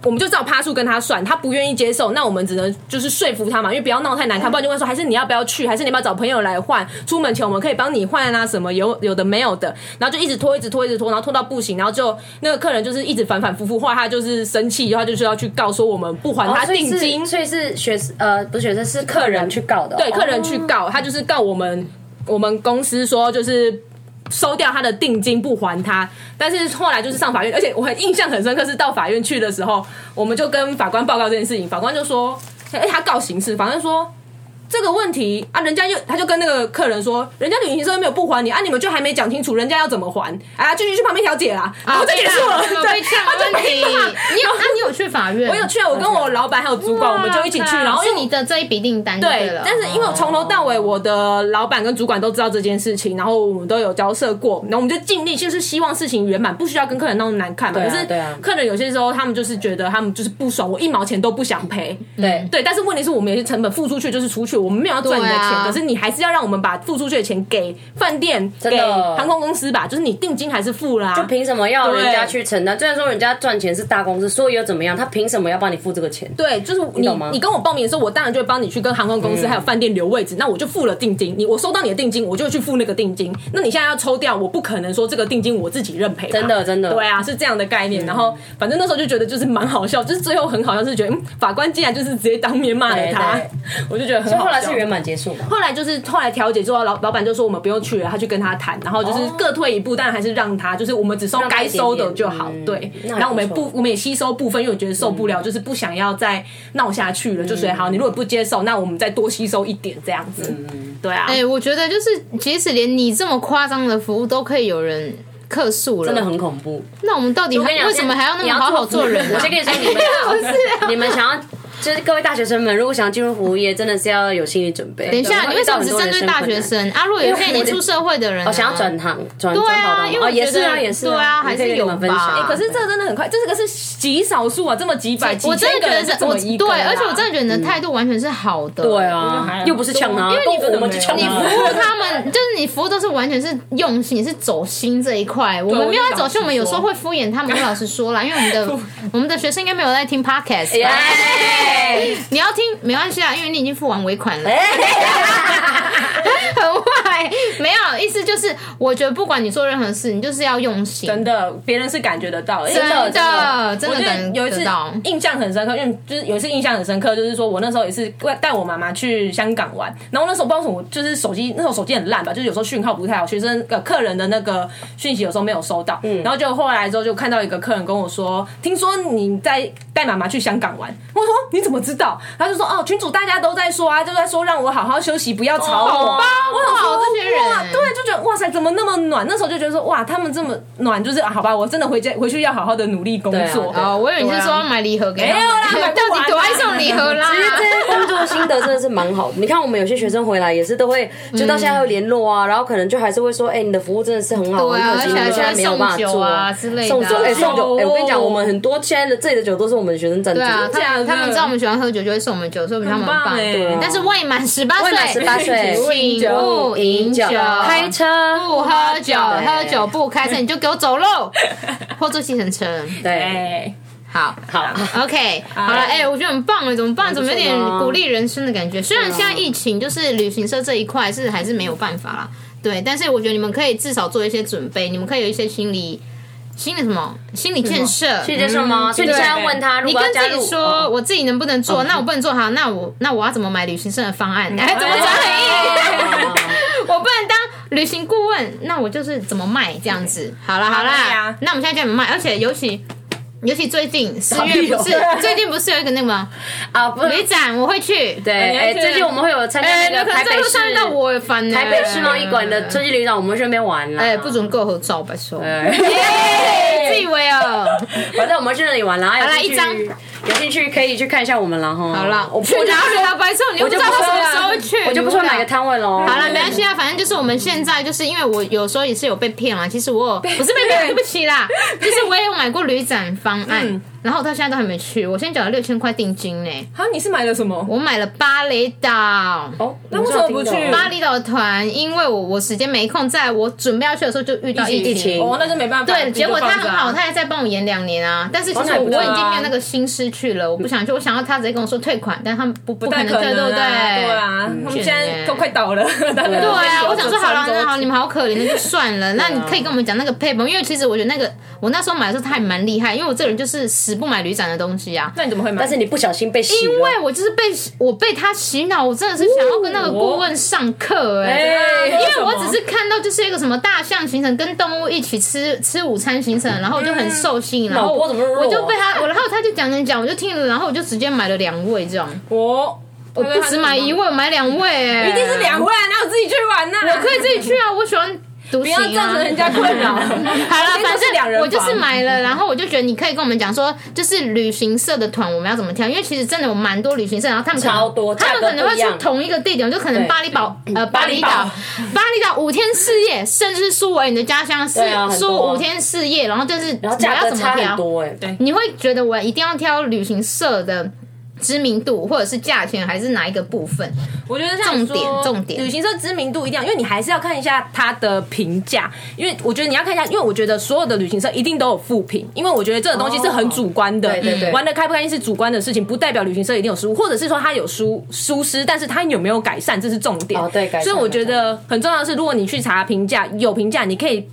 Speaker 3: 我们就照趴数跟他算，他不愿意接受，那我们只能就是说服他嘛，因为不要闹太难看，不然就会说还是你要不要去，还是你要不要找朋友来换？出门前我们可以帮你换啊，什么有有的没有的，然后就一直拖，一直拖，一直拖，然后拖到不行，然后就那个客人就是一直反反复复，后来他就是生气，然后他就是要去告说我们不还他
Speaker 2: 哦所以
Speaker 3: 定
Speaker 2: 是
Speaker 3: 金，
Speaker 2: 所以是学呃不是学生是客人去告的哦，
Speaker 3: 对，客人去告他，就是告我们我们公司说就是。收掉他的定金不还他，但是后来就是上法院，而且我很印象很深刻是到法院去的时候，我们就跟法官报告这件事情，法官就说，哎、他告刑事，法官说这个问题啊，人家又他就跟那个客人说，人家旅行社又没有不还你啊，你们就还没讲清楚人家要怎么还，哎、啊，继续去旁边调解啦，
Speaker 1: 啊
Speaker 3: 然后就结束了，
Speaker 1: 被
Speaker 3: 对，
Speaker 1: 呛
Speaker 3: 他就
Speaker 1: 问
Speaker 3: *laughs*
Speaker 1: 题，
Speaker 3: 没办法
Speaker 1: 你有那你有去法院？啊
Speaker 3: 我有去啊，我跟我老板还有主管，我们就一起去，然后因
Speaker 1: 是
Speaker 3: 为
Speaker 1: 你的这一笔订单就对
Speaker 3: 对
Speaker 1: 了，，嗯
Speaker 3: 但是因为我从头到尾，我的老板跟主管都知道这件事情，然后我们都有交涉过，然后我们就尽力，就是希望事情圆满，不需要跟客人闹得难看嘛。
Speaker 2: 对啊
Speaker 3: 可是
Speaker 2: 对啊
Speaker 3: 客人有些时候他们就是觉得他们就是不爽，我一毛钱都不想赔。
Speaker 2: 对
Speaker 3: 对，但是问题是我们有些成本付出去就是出去，我们没有要赚你的钱，
Speaker 1: 对啊
Speaker 3: 可是你还是要让我们把付出去的钱给饭店、
Speaker 2: 真
Speaker 3: 给
Speaker 2: 的
Speaker 3: 航空公司吧，就是你定金还是付啦、
Speaker 2: 就凭什么要人家去承担？虽然说人家赚钱是大公司，所以又怎么样？他凭什么要帮你付这个钱？
Speaker 3: 对，就是你
Speaker 2: 懂吗
Speaker 3: 你跟我报名的时候，我当然就会帮你去跟航空公司还有饭店留位置，那我就付了定金。你我收到你的定金，我就会去付那个定金。那你现在要抽掉，我不可能说这个定金我自己认赔吧。
Speaker 2: 真的真的嗯
Speaker 3: 对啊，是这样的概念。然后反正那时候就觉得就是蛮好笑，就是最后很好笑，是觉得、嗯、法官竟然就是直接当面骂了
Speaker 2: 对
Speaker 3: 他
Speaker 2: 对，
Speaker 3: *laughs* 我就觉得很
Speaker 2: 所以
Speaker 3: 好
Speaker 2: 后来
Speaker 3: 笑
Speaker 2: 是圆满结束嘛？
Speaker 3: 后来就是后来调解之后，老老板就说我们不用去了，他去跟他谈，然后就是
Speaker 2: 哦
Speaker 3: 各退一步，但还是让他，就是我们只收
Speaker 2: 让他
Speaker 3: 该
Speaker 2: 一点
Speaker 3: 收的
Speaker 2: 点
Speaker 3: 就好。
Speaker 2: 嗯
Speaker 3: 对，
Speaker 2: 那
Speaker 3: 然后我们也
Speaker 2: 还不错
Speaker 3: 不我们也吸收部分，因为我觉得受不了，就是不想要再闹下去了，就所以
Speaker 2: 嗯
Speaker 3: 好，你如果不接受，那我们再多吸收一点这样子。
Speaker 2: 嗯
Speaker 3: 对啊，
Speaker 1: 哎、我觉得就是即使连你这么夸张的服务都可以有人客诉了，
Speaker 2: 真的很恐怖。
Speaker 1: 那我们到底
Speaker 2: 我跟你
Speaker 1: 还
Speaker 2: 讲，
Speaker 1: 为什么还要那么好好做人、啊？啊
Speaker 2: 我先跟你说，
Speaker 1: *laughs*
Speaker 2: 你们要 *laughs* 你们想要。就是各位大学生们，如果想进入服务业，真的是要有心理准备。
Speaker 1: 等一下，你为什么只针对大学？生？啊阿若也是已经出社会的人、啊，
Speaker 2: 啊我哦想要转行，转
Speaker 1: 对
Speaker 2: 转跑道
Speaker 1: 啊，
Speaker 2: 吗
Speaker 1: 因为我
Speaker 2: 哦也
Speaker 1: 觉
Speaker 2: 是
Speaker 1: 得
Speaker 2: 啊，也是
Speaker 1: 对啊，
Speaker 2: 你
Speaker 1: 还
Speaker 2: 可以
Speaker 1: 是
Speaker 2: 跟
Speaker 1: 有
Speaker 2: 你们分享
Speaker 1: 吧。
Speaker 3: 哎可是这个真的很快，这是个是极少数啊，这么几百几
Speaker 1: 我真
Speaker 3: 千
Speaker 1: 的
Speaker 3: 个
Speaker 1: 觉
Speaker 3: 人啊
Speaker 1: 得
Speaker 3: 这
Speaker 1: 我
Speaker 3: 么一个
Speaker 1: 对，
Speaker 3: 啦
Speaker 1: 而且我真的觉得你的态度完全是好的。
Speaker 2: 对啊，又不是呛他，
Speaker 3: 因为你
Speaker 2: 都我们去啊呛
Speaker 1: 你服
Speaker 2: 他。
Speaker 1: 务他们，就是你服务都是完全是用心，你是走心这一块。我们没有在走心，
Speaker 3: 我就老实说
Speaker 1: 我们有时候会敷衍他们。我老实说啦，因为我们的我们的学生应该没有在听 podcast 吧。
Speaker 2: 耶！
Speaker 1: 你要听没关系啊，因为你已经付完尾款了。 *laughs* 很坏，没有意思就是，我觉得不管你做任何事，你就是要用心。
Speaker 3: 真的，别人是感觉得到，真
Speaker 1: 真的真的
Speaker 3: 我记得
Speaker 1: 感
Speaker 3: 有一次
Speaker 1: 觉到
Speaker 3: 印象很深刻，因为就是有一次印象很深刻，就是说我那时候也是带我妈妈去香港玩，然后那时候不知道为什么，就是手机那时候手机很烂吧，就是有时候讯号不太好，学生呃客人的那个讯息有时候没有收到，
Speaker 1: 嗯
Speaker 3: 然后就后来之后就看到一个客人跟我说，听说你在带妈妈去香港玩，我说你怎么知道？他就说哦，群主大家都在说啊，就在说让我好好休息，不要吵
Speaker 1: 好
Speaker 3: 我。
Speaker 1: 棒哦
Speaker 3: 我想说
Speaker 1: 这些人
Speaker 3: 哇，对，就觉得哇塞，怎么那么暖？那时候就觉得说哇，他们这么暖，就是、啊、好吧，我真的回家回去要好好的努力工作。
Speaker 2: 对啊
Speaker 1: 哦，我以为你是说要买礼盒给他们
Speaker 3: 没有啦买不
Speaker 1: 到
Speaker 3: 完啊
Speaker 1: 底多爱送礼盒
Speaker 2: *laughs*
Speaker 1: 啦？
Speaker 2: 这些工作心得真的是蛮好的。你看，我们有些学生回来也是都会，就到现在还有联络啊，然后可能就还是会说，哎，你的服务真的是很好，
Speaker 1: 对啊
Speaker 2: 很可惜
Speaker 1: 而且
Speaker 2: 你现在没有办法
Speaker 1: 还是会送酒
Speaker 2: 做
Speaker 1: 啊之类的
Speaker 2: 送酒，哎，
Speaker 3: 送
Speaker 2: 送
Speaker 3: 酒
Speaker 2: 酒，哎，我跟你讲，我们很多现在的这里的酒都是我们学生赞助
Speaker 1: 对啊，
Speaker 2: 的。
Speaker 1: 他
Speaker 3: 假的
Speaker 1: 们他们知道我们喜欢喝酒，就会送我们酒，所以我们他们很
Speaker 3: 很棒
Speaker 1: 棒。
Speaker 3: 欸
Speaker 2: 对啊
Speaker 1: 但是未满十八岁，
Speaker 2: 未满18岁
Speaker 1: 请勿饮酒，
Speaker 2: 开车
Speaker 1: 不喝酒，
Speaker 2: 对
Speaker 1: 喝酒不开车，你就给我走喽，或坐计程车。
Speaker 2: 对，
Speaker 3: 哎，
Speaker 1: 好。
Speaker 2: 好，
Speaker 1: OK，好了，哎、我觉得很棒了，怎么办？怎么有点鼓励人生的感
Speaker 2: 啊
Speaker 1: 觉？虽然现在疫情就是旅行社这一块是还是没有办法啦，对，但是我觉得你们可以至少做一些准备，你们可以有一些心理、心理什么、心理建设。
Speaker 2: 去接受吗？哦所以你现在问他，如
Speaker 1: 嗯你
Speaker 2: 果
Speaker 1: 跟
Speaker 2: 要加
Speaker 1: 自
Speaker 2: 入
Speaker 1: 己，说，
Speaker 2: 哦
Speaker 1: 我自己能不能哎做？那我不能做好，那我那我要怎么买旅行社的方案？哎，怎么讲
Speaker 2: 哎
Speaker 1: 很硬？我不能当旅行顾问，那我就是怎么卖这样子。好啦好
Speaker 3: 好卖
Speaker 1: 啦
Speaker 3: 啊，
Speaker 1: 那我们现在就怎么卖？而且尤其尤其最近十月不是
Speaker 2: 好屁哦
Speaker 1: 最近不是有一个那个吗
Speaker 2: *laughs* 啊，不
Speaker 1: 旅展，我会去。
Speaker 2: 对，哎，最近我们会有参加
Speaker 1: 哎，
Speaker 2: 那
Speaker 1: 那
Speaker 2: 个
Speaker 1: 可
Speaker 2: 台
Speaker 1: 能在
Speaker 2: 北
Speaker 1: 路
Speaker 2: 市
Speaker 1: 上遇到我也烦呢。
Speaker 2: 台北世贸一馆的春季旅长，我们会去那边玩啦。
Speaker 1: 哎，不准跟我合照，白说。
Speaker 2: 对，
Speaker 1: 哎自以为
Speaker 2: *laughs*
Speaker 1: 哦。
Speaker 2: 反正我们去那里玩啦。啊好
Speaker 1: 好啦一张
Speaker 2: 有兴趣可以去看一下我们啦哈。
Speaker 1: 好了，
Speaker 2: 我
Speaker 1: 去
Speaker 2: 我就
Speaker 1: 哪里了？白送，你又
Speaker 2: 我
Speaker 1: 不知
Speaker 2: 就
Speaker 1: 道
Speaker 2: 不
Speaker 1: 他
Speaker 2: 说
Speaker 1: 什么时
Speaker 2: 了
Speaker 1: 候会去，
Speaker 2: 我就不说哪个摊位喽。
Speaker 1: 好了，没关系啊，反正就是我们现在就是因为我有时候也是有被骗啊，其实
Speaker 2: *laughs*
Speaker 1: 我有不是被骗，对不起啦，就是我也有买过旅展方
Speaker 2: 嗯
Speaker 1: 案，然后我到现在都还没去，我先缴了六千块定金呢，
Speaker 3: 啊，你是买了什么？
Speaker 1: 我买了巴厘岛。
Speaker 2: 哦，
Speaker 3: 那为什么不
Speaker 2: 我
Speaker 3: 去
Speaker 2: 知道
Speaker 1: 巴厘岛的团，因为我我时间没空，在我准备要去的时候就遇到
Speaker 2: 疫
Speaker 1: 疫
Speaker 2: 情
Speaker 3: 哦，那就没办法。
Speaker 1: 对，
Speaker 3: 你就
Speaker 1: 结果他
Speaker 3: 放着
Speaker 1: 很
Speaker 3: 啊
Speaker 1: 好，他还在帮我延两年啊。但是其实我
Speaker 2: 哦那也
Speaker 1: 我已经
Speaker 2: 不错啊
Speaker 1: 没有那个心思去了，我不想去，我想要他直接跟我说退款，但他们不不可
Speaker 3: 太
Speaker 1: 能
Speaker 3: 可
Speaker 1: 退，对
Speaker 3: 能
Speaker 1: 不
Speaker 3: 啊
Speaker 1: 对？
Speaker 3: 对啊，他们现在都快倒了。 *laughs* 对
Speaker 1: 对啊，我想说好了，那好，你们好可怜，那就算了。那你可以跟我们讲那个配方，因为其实我觉得那个我那时候买的时候他还蛮厉害，因为我这个人就是死不买旅展的东西啊。
Speaker 3: 那你怎么会买？
Speaker 2: 但是你不小心被洗了，
Speaker 1: 因为我就是被我被他洗脑，我真的是想要跟那个顾问上课哎、
Speaker 2: 哎
Speaker 1: *laughs* 因为我只是看到就是一个什么大象行程跟动物一起吃吃午餐行程，然后我就很受吸
Speaker 3: 嗯
Speaker 1: 引，然后
Speaker 2: 脑波怎么那么弱啊
Speaker 1: 我就被他，我然后他就讲讲讲，我就听了，然后我就直接买了两位这样，
Speaker 3: 我
Speaker 1: 我不止买一，位，我买两位哎、
Speaker 3: *laughs* 一定是两位啊，哪有自己去玩呐？
Speaker 1: 我可以自己去啊，我喜欢独
Speaker 3: 不
Speaker 1: 行
Speaker 3: 要
Speaker 1: 啊。
Speaker 3: 造成人家困
Speaker 2: *laughs*
Speaker 3: *laughs* 扰。好
Speaker 1: *laughs* 好了，反
Speaker 3: 是两
Speaker 1: 正
Speaker 3: 人房
Speaker 1: 我就是买了，然后我就觉得你可以跟我们讲说，就是旅行社的团我们要怎么挑，因为其实真的有蛮多旅行社，然后他们可能
Speaker 2: 超多
Speaker 1: 他们
Speaker 2: 价格
Speaker 1: 可能会
Speaker 2: 不一样
Speaker 1: 去同一个地点，就可能
Speaker 2: 对
Speaker 1: 巴厘岛呃巴厘岛
Speaker 3: 巴厘
Speaker 1: 巴厘岛五天四夜，甚至是苏维你的家乡是
Speaker 2: 对啊很多
Speaker 1: 苏五天四夜，然后就是
Speaker 2: 然后
Speaker 1: 我
Speaker 2: 价
Speaker 1: 要
Speaker 2: 格
Speaker 1: 怎么
Speaker 2: 差很
Speaker 1: 挑，
Speaker 2: 多哎。
Speaker 3: 对
Speaker 1: 你会觉得我一定要挑旅行社的知名度，或者是价钱，还是哪一个部分？
Speaker 3: 我觉得像你
Speaker 1: 重
Speaker 3: 说
Speaker 1: 点重点
Speaker 3: 旅行社知名度一定要，因为你还是要看一下它的评价，因为我觉得你要看一下，因为我觉得所有的旅行社一定都有负评，因为我觉得这个东西是很主观的，
Speaker 2: 对对对
Speaker 3: 玩的开不开心是主观的事情，不代表旅行社一定有失误，或者是说它有疏疏失，但是它有没有改善，这是重点。
Speaker 2: 哦对改善
Speaker 3: 所以我觉得很重要的是，如果你去查评价，有评价你可以。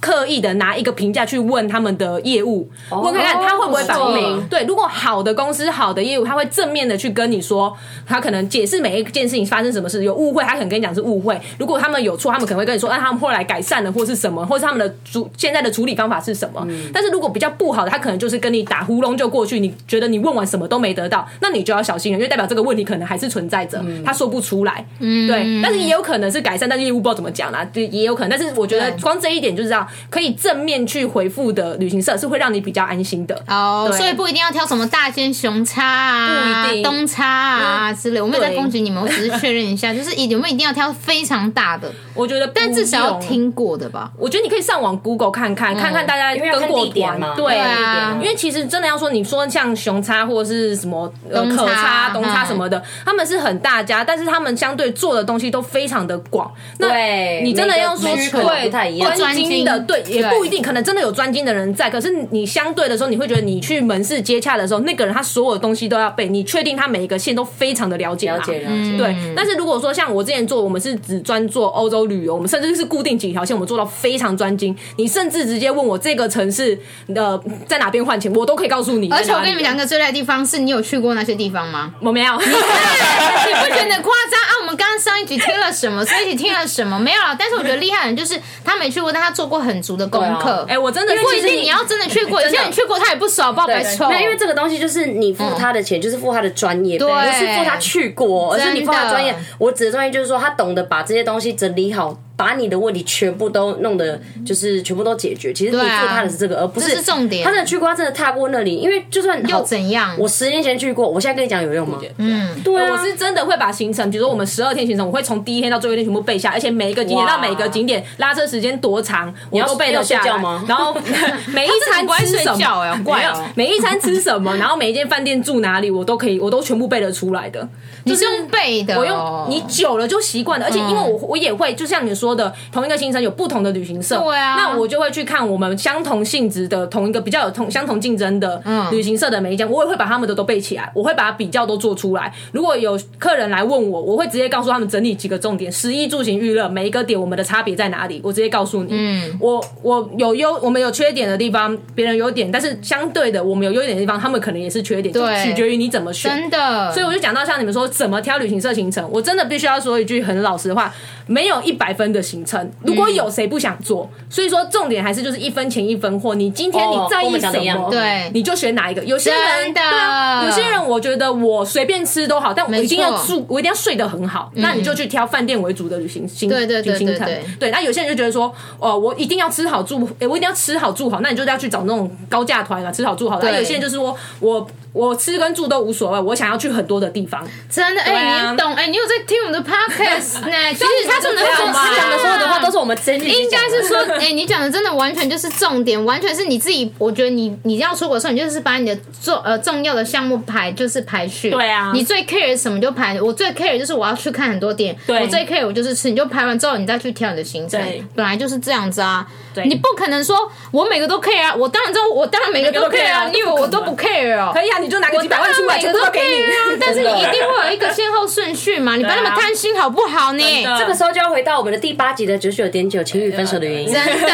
Speaker 3: 刻意的拿一个评价去问他们的业务，
Speaker 2: 哦
Speaker 3: 问看看他会不会反
Speaker 1: 不
Speaker 3: 应
Speaker 1: 错。
Speaker 3: 对，如果好的公司、好的业务，他会正面的去跟你说，他可能解释每一件事情发生什么事，有误会，他可能跟你讲是误会。如果他们有错，他们可能会跟你说，那、他们后来改善了，或是什么，或是他们的处现在的处理方法是什么。但是如果比较不好的，他可能就是跟你打呼噜就过去，你觉得你问完什么都没得到，那你就要小心了，因为代表这个问题可能还是存在着，他说不出来。嗯，对，但是也有可能是改善，但是业务不知道怎么讲啦，对也有可能。但是我觉得
Speaker 1: 对
Speaker 3: 光这一点就知道，可以正面去回复的旅行社是会让你比较安心的。
Speaker 1: 哦，
Speaker 3: 对
Speaker 1: 所以不一定要挑什么大间熊叉啊、
Speaker 3: 不一定
Speaker 1: 东叉啊之类。我没有在
Speaker 3: 对
Speaker 1: 攻击你们，我
Speaker 3: *laughs*
Speaker 1: 只是确认一下，就是有没有一定要挑非常大的，
Speaker 3: 我觉得，
Speaker 1: 但至
Speaker 2: 啊
Speaker 1: 少要。听过的吧。
Speaker 3: 我觉得你可以上网 Google 看看，看看大家
Speaker 2: 嗯因为要
Speaker 3: 跟
Speaker 2: 看
Speaker 3: 过
Speaker 2: 地点
Speaker 3: 团
Speaker 2: 嘛，
Speaker 3: 对。
Speaker 1: 啊
Speaker 2: 看地
Speaker 3: 因
Speaker 2: 点
Speaker 3: 为其实真的要说，你说像熊叉或者是什么呃
Speaker 1: 东叉
Speaker 3: 可叉、东叉
Speaker 1: 嗯
Speaker 3: 什么的，他们是很大家，但是他们相对做的东西都非常的广。那
Speaker 2: 对
Speaker 3: 你真的要说
Speaker 2: 每个区可能
Speaker 3: 对
Speaker 2: 不太一样
Speaker 3: 专精的，
Speaker 1: 不
Speaker 3: 对
Speaker 1: 专精
Speaker 3: 也
Speaker 1: 对
Speaker 3: 不一定，可能真的有专精的人在，可是你相对的时候，你会觉得你去门市接洽的时候，那个人他所有东西都要背，你确定他每一个线都非常的了解吗
Speaker 2: 了解了解。
Speaker 3: 对，但是如果说像我之前做，我们是只专做欧洲旅游，我们甚至是固定几条线，我们做到非常专精。你甚至直接问我这个城市呃在哪边换钱，我都可以告诉你。
Speaker 1: 而且我跟你们
Speaker 3: 在哪
Speaker 1: 讲
Speaker 3: 里，
Speaker 1: 个最厉害的地方是，你有去过那些地方
Speaker 3: *laughs*
Speaker 1: 吗？
Speaker 3: 我没有。
Speaker 1: 你不觉得很夸张啊？我们刚刚上一集听了什么，上一集听了什么没有啦。但是我觉得厉害的人就是他没去过，但他做过很足的功课。
Speaker 3: *laughs* 哎，我真的
Speaker 1: 不一
Speaker 3: 其实
Speaker 1: 定你要真的去过，有些人去过他也不熟，不好白哦
Speaker 2: 对，
Speaker 1: 抽。
Speaker 2: 那因为这个东西就是你付他的钱，就是付他的专业，不是付他去过，而是你付他的专业
Speaker 1: 真的。
Speaker 2: 我指的专业就是说，他懂得把这些东西整理好，把你的问题全部都弄得就是全部都解决。其实你
Speaker 1: 对啊
Speaker 2: 付他的是这个，而不
Speaker 1: 这是重点
Speaker 2: 他真的去过，他真的踏过那里，因为就算
Speaker 1: 又
Speaker 2: 好
Speaker 1: 怎样？
Speaker 2: 我十年前去过，我现在跟你讲有 *laughs* 用吗？嗯，对啊，
Speaker 3: 我是真的会把行程，比如说我们十二天行程，我会从第一天到最后一天全部背下，而且每一个景点
Speaker 2: 哇
Speaker 3: 到每个景点拉车时间多长，我
Speaker 2: 要
Speaker 3: 都背得下
Speaker 2: 你要睡觉
Speaker 3: 来
Speaker 2: 吗。
Speaker 3: *laughs* 然后每一
Speaker 1: 他真的很
Speaker 3: 餐吃
Speaker 1: 不爱睡
Speaker 3: 什
Speaker 1: 觉哎
Speaker 3: 么，
Speaker 1: 好怪哦
Speaker 3: 没有每一餐吃什么，然后每一间饭店住哪里，我都可以，我都全部背得出来的。
Speaker 1: 你是用背的哦，嗯
Speaker 3: 我用你久了就习惯了，而且因为我我也会，就像你说说的，同一个行程有不同的旅行社，
Speaker 1: 对啊
Speaker 3: 那我就会去看我们相同性质的同一个比较有同相同竞争的
Speaker 1: 嗯
Speaker 3: 旅行社的每一间，我也会把他们的都背起来，我会把比较都做出来。如果有客人来问我，我会直接告诉他们整理几个重点，食衣住行娱乐每一个点我们的差别在哪里，我直接告诉你。嗯，我我有优，我们有缺点的地方，别人有点，但是相对的，我们有优点的地方，他们可能也是缺点，就
Speaker 1: 对
Speaker 3: 取决于你怎么选。
Speaker 1: 真的，
Speaker 3: 所以我就讲到像你们说怎么挑旅行社行程，我真的必须要说一句很老实话，没有一百分的行程，如
Speaker 1: 嗯
Speaker 3: 果有谁不想做，所以说重点还是就是一分钱一分货，你今天你
Speaker 2: 哦
Speaker 3: 在
Speaker 2: 跟我
Speaker 3: 意
Speaker 2: 们讲的一
Speaker 3: 什
Speaker 2: 样
Speaker 3: 么，
Speaker 1: 对
Speaker 3: 你就选哪一个。有些人
Speaker 1: 真的
Speaker 3: 对啊，有些人我觉得我随便吃都好，但我
Speaker 1: 没
Speaker 3: 一定要
Speaker 1: 错嗯
Speaker 3: 住，我一定要睡得很好，那你就去挑饭店为主的旅行行
Speaker 1: 对对对
Speaker 3: 旅行程
Speaker 1: 对对。
Speaker 3: 对，那有些人就觉得说，哦，我一定要吃好住，诶我一定要吃好住好，那你就要去找那种高价团啊，吃好住好的。
Speaker 1: 对
Speaker 3: 那有些人就是说我。我吃跟住都无所谓，我想要去很多的地方。
Speaker 1: 真的，哎、
Speaker 3: 对啊
Speaker 1: 你懂，哎、你有在听我们的
Speaker 2: *laughs*
Speaker 1: podcast 呢、
Speaker 2: 啊
Speaker 1: 其实他真的
Speaker 2: 我
Speaker 1: 是啊
Speaker 2: 们讲的所有的话都是我们真理。
Speaker 1: 应该是说，哎、你讲的真的完全就是重点，完全是你自己。我觉得你你要出国的时候，你就是把你的重呃重要的项目排就是排序。
Speaker 2: 对啊
Speaker 1: 你最 care 什么就排。我最 care 就是我要去看很多点，我最 care 我就是吃。你就排完之后，你再去挑你的行程
Speaker 2: 对，
Speaker 1: 本来就是这样子啊。你不可能说我每个都 care 啊，我当然知道，我当然每个都
Speaker 3: 每个都
Speaker 1: care 啊，
Speaker 3: care 啊
Speaker 1: 你以为我都不 care 哦？
Speaker 3: 可以啊，你就拿个
Speaker 1: 我
Speaker 3: 几百万出来，
Speaker 1: 每个
Speaker 3: 全
Speaker 1: 都
Speaker 3: 部都给
Speaker 1: care 啊
Speaker 3: 你。
Speaker 1: 但是你
Speaker 2: *laughs* 真的
Speaker 1: 一定会有一个先后顺序嘛，你不要那么
Speaker 3: 对啊
Speaker 1: 贪心好不好你？
Speaker 3: 真
Speaker 2: 这个时候就要回到我们的第八集的九九点九情侣分手的原因， *laughs* 因
Speaker 1: 真的，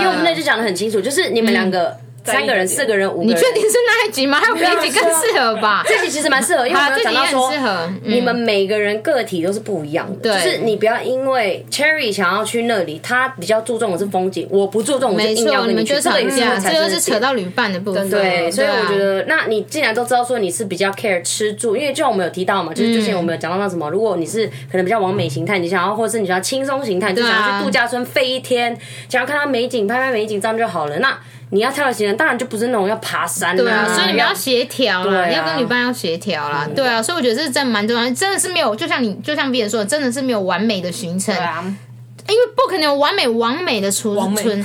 Speaker 2: 为我们那就讲的很清楚，就是你们两
Speaker 1: 嗯
Speaker 2: 个、三个人、四个人、五个
Speaker 1: 你 *laughs*
Speaker 2: 人，
Speaker 1: 确定是那一集吗？还有别一集更适合吧？
Speaker 2: *laughs* 这集其实蛮适合，因为我
Speaker 1: 好，
Speaker 2: 们
Speaker 1: 这
Speaker 2: 有
Speaker 1: 集
Speaker 2: 讲
Speaker 1: 也
Speaker 2: 到说
Speaker 1: 很适，合。嗯
Speaker 2: 你们每个人个体都是不一样的，
Speaker 1: 对
Speaker 2: 就是你不要因为 Cherry 想要去那里，他比较注重的是风景，我不注重，我就
Speaker 1: 没
Speaker 2: 硬
Speaker 1: 错，
Speaker 2: 要
Speaker 1: 你
Speaker 2: 跟
Speaker 1: 们
Speaker 2: 去，
Speaker 1: 就
Speaker 2: 这
Speaker 1: 吵
Speaker 2: 个也是
Speaker 1: 架，
Speaker 2: 会产
Speaker 1: 这
Speaker 2: 生
Speaker 1: 又
Speaker 2: 的
Speaker 1: 是扯到旅伴的部分。
Speaker 2: 对，所以我觉
Speaker 1: 对啊。
Speaker 2: 得，那你既然都知道说你是比较 care 吃住，因为就像我们有提到嘛，就是之前我们有讲到那什么，如果你是可能比较完美形态，你想要或者是你想要轻松形态，你就
Speaker 1: 对啊
Speaker 2: 想要去度假村飞一天，想要看到美景，拍拍美景这样就好了。那你要挑的行程，当然就不是那种要爬山
Speaker 1: 对啊，所以你们要
Speaker 2: 要
Speaker 1: 协调啦，
Speaker 2: 对啊
Speaker 1: 要跟旅伴要协调啦，对啊，所以我觉得这真的蛮重要，真的是没有，就像你，就像 B 人说的，真的是没有完美的行程，
Speaker 3: 啊，
Speaker 1: 因为不可能有完美完美的存
Speaker 3: 完美
Speaker 2: *laughs*
Speaker 1: 存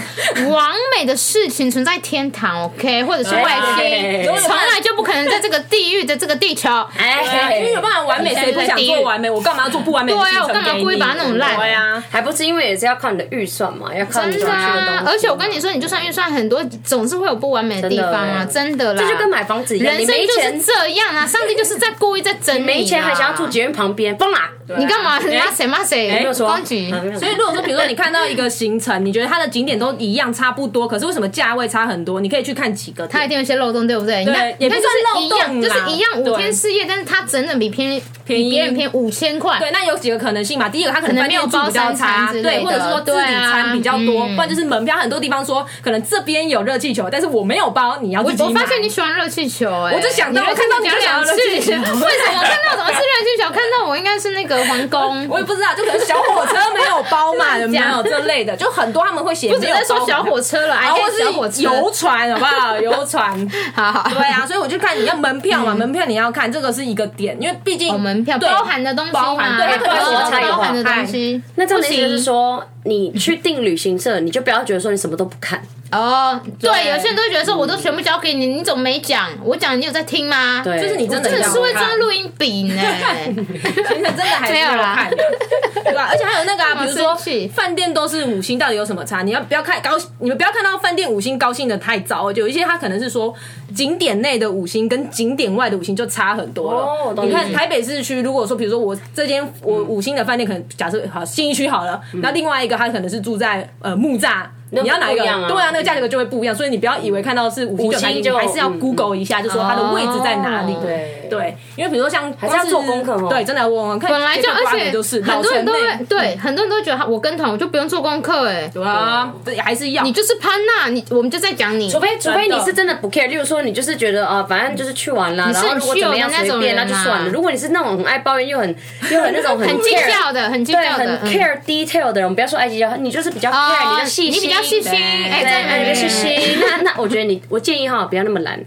Speaker 1: 完美的事情存在天堂，OK，或者是外
Speaker 2: 对
Speaker 1: 星，从来就不可能在这个地狱的这个地球，啊
Speaker 2: 哎，
Speaker 3: 啊因为有办法完美，谁不想做完美？我干嘛要做不完美的
Speaker 1: 对
Speaker 3: 行
Speaker 1: 啊
Speaker 3: 程
Speaker 1: 我
Speaker 3: 给你？
Speaker 1: 干嘛故意把它弄烂
Speaker 3: 对啊，
Speaker 2: 还不是因为也是要靠你的预算嘛，要靠你
Speaker 1: 真
Speaker 2: 想
Speaker 1: 的
Speaker 2: 去的
Speaker 1: 啊
Speaker 2: 东！西。
Speaker 1: 而且我跟你说，你就算预算很多，总是会有不完美的地方啊，真的啦。
Speaker 2: 这就跟买房子一样，
Speaker 1: 人
Speaker 2: 你
Speaker 1: 生
Speaker 2: 没
Speaker 1: 就是
Speaker 2: 钱，
Speaker 1: 这样啊！上帝就是在故意在整你，啊
Speaker 2: 没钱还想要住，捷运旁边，疯啦！
Speaker 1: 你干嘛？你骂谁骂谁？
Speaker 2: 没有说，
Speaker 1: 光局
Speaker 2: 啊没有说
Speaker 3: 所以如果说，比如说你看到一个行程，你觉得它的景点都一样差不多，可是为什么价位差很多？你可以去看几个点，
Speaker 1: 它一定有一些漏洞，对不对？你看，
Speaker 3: 也
Speaker 1: 你
Speaker 3: 不
Speaker 1: 看
Speaker 3: 算
Speaker 1: 就是一
Speaker 3: 漏洞
Speaker 1: 样，
Speaker 3: 啦
Speaker 1: 就是一样
Speaker 3: 对
Speaker 1: 五天四夜，但是它整整比偏
Speaker 3: 便宜
Speaker 1: 比别人便五千块。
Speaker 3: *laughs* 对，那有几个可能性嘛？第一个，他可能饭店住比较差，
Speaker 1: 可能没有包三餐之类
Speaker 3: 对，
Speaker 1: 的
Speaker 3: 或者是说自己餐比较
Speaker 1: 对
Speaker 3: 多，
Speaker 1: 啊嗯
Speaker 3: 不然就是门票很多地方说可能这边有热气球，但是我没有包，你要
Speaker 1: 我
Speaker 3: 自己
Speaker 1: 我
Speaker 3: 买
Speaker 1: 发现你喜欢热气球，哎，
Speaker 3: 我就想到
Speaker 1: 你热气球
Speaker 3: 我看到你就想要热气球
Speaker 1: 两
Speaker 3: *laughs*
Speaker 1: 次为什么看到怎么是热气球？看到我应该是那个皇宫，
Speaker 3: 我也不知道，就可能小火车没有包
Speaker 1: *laughs*
Speaker 3: 嘛，有没
Speaker 1: 讲
Speaker 3: 有这类的，就很多他们会写
Speaker 1: 不
Speaker 3: 没
Speaker 1: 只
Speaker 3: 有
Speaker 1: 在说
Speaker 3: 包
Speaker 1: 小火车了，
Speaker 3: 啊，
Speaker 1: 还
Speaker 3: 或
Speaker 1: 是小火
Speaker 3: 是
Speaker 1: 车，
Speaker 3: 游船，好不好？游船。
Speaker 1: 好好
Speaker 3: 对啊，所以我就看你要门
Speaker 1: *laughs*
Speaker 3: 票嘛，门票你要看这个是一个点，因为毕竟
Speaker 1: 嗯哦，门票
Speaker 3: 对
Speaker 1: 包含的东西嘛，
Speaker 3: 包含对，
Speaker 1: 对
Speaker 3: 它可能
Speaker 2: 包
Speaker 3: 有
Speaker 2: 含
Speaker 3: 差异
Speaker 1: 包
Speaker 2: 包
Speaker 3: 化
Speaker 1: 含的东西。
Speaker 2: 那这样
Speaker 1: 不
Speaker 2: 的意思就是
Speaker 1: 行
Speaker 2: 说，你去订旅行社，你就不要觉得说你什么都不看，
Speaker 1: 哦，对，
Speaker 3: 对
Speaker 1: 有些人都会觉得说，我都全部交给你，你怎么没讲？我讲你有在听吗？
Speaker 2: 对，
Speaker 3: 哎就是你真的
Speaker 1: 真的
Speaker 3: 要
Speaker 1: 是会
Speaker 3: 看
Speaker 1: 装录音笔
Speaker 3: *laughs*
Speaker 1: 呢。
Speaker 3: 行 *laughs* 程真的还是
Speaker 1: 没有
Speaker 3: 要
Speaker 1: 啦
Speaker 3: 看的， *laughs* 对吧？而且还有那个啊，比如
Speaker 1: 好
Speaker 3: 说
Speaker 1: 生气
Speaker 3: 饭店都是五星，到底有什么差？你要不要看高？你们不要看到饭店五星高兴的太早哦，就有一些它可能是说景点内的五星跟景点外的五星就差很多
Speaker 2: 哦我
Speaker 3: 了。
Speaker 2: 懂
Speaker 3: 你看
Speaker 2: 你
Speaker 3: 台北市区，如果说比如说我这间我五星的饭店，可能假设好信义区好了，那另外一个它可能是住在呃木栅。
Speaker 2: 那
Speaker 3: 你要哪一个？
Speaker 2: 不一样啊
Speaker 3: 对啊，那个价格就会不一样，所以你不要以为看到是五
Speaker 2: 五
Speaker 3: 星就开
Speaker 2: 星
Speaker 3: 心，
Speaker 2: 就
Speaker 3: 还是要
Speaker 2: 嗯
Speaker 3: Google 一下，就说它的位置在哪里
Speaker 1: 哦。
Speaker 2: 对
Speaker 3: 对，因为比如说像还
Speaker 2: 是要做功课哦
Speaker 3: 对，真的要做功课。
Speaker 1: 本来就，
Speaker 3: 看
Speaker 1: 而
Speaker 3: 八
Speaker 1: 且
Speaker 3: 年就是
Speaker 1: 很多人都会
Speaker 3: 对
Speaker 1: 对，很多人都觉得我跟团我就不用做功课，哎，
Speaker 3: 啊，对还是要
Speaker 1: 你就是潘娜，你我们就在讲你，
Speaker 2: 除非除非
Speaker 3: 真
Speaker 2: 你
Speaker 3: 的
Speaker 2: 是真的不 care，例如说你就是觉得啊、呃反正就是去玩啦，
Speaker 1: 你是
Speaker 2: 然后如果怎么样
Speaker 1: 很 chill 的
Speaker 2: 随便，
Speaker 1: 那
Speaker 2: 那
Speaker 1: 种人啊
Speaker 2: 就算了。如果你是那种很爱抱怨又很又很那种很
Speaker 1: 很计
Speaker 2: care。
Speaker 1: 较的，很计
Speaker 2: 对，
Speaker 1: 较
Speaker 2: 很
Speaker 1: 的，嗯
Speaker 2: care detail 的人，我们不要说爱计较，你就是比较 care，、
Speaker 1: 哦
Speaker 2: 你，的细
Speaker 1: 你
Speaker 2: 心，
Speaker 1: 比较细心，哎，
Speaker 2: 对，
Speaker 1: 在
Speaker 2: 哎
Speaker 1: 哪
Speaker 2: 你
Speaker 1: 里
Speaker 2: 的细心。那那我觉得你，我建议哈，不要那么懒，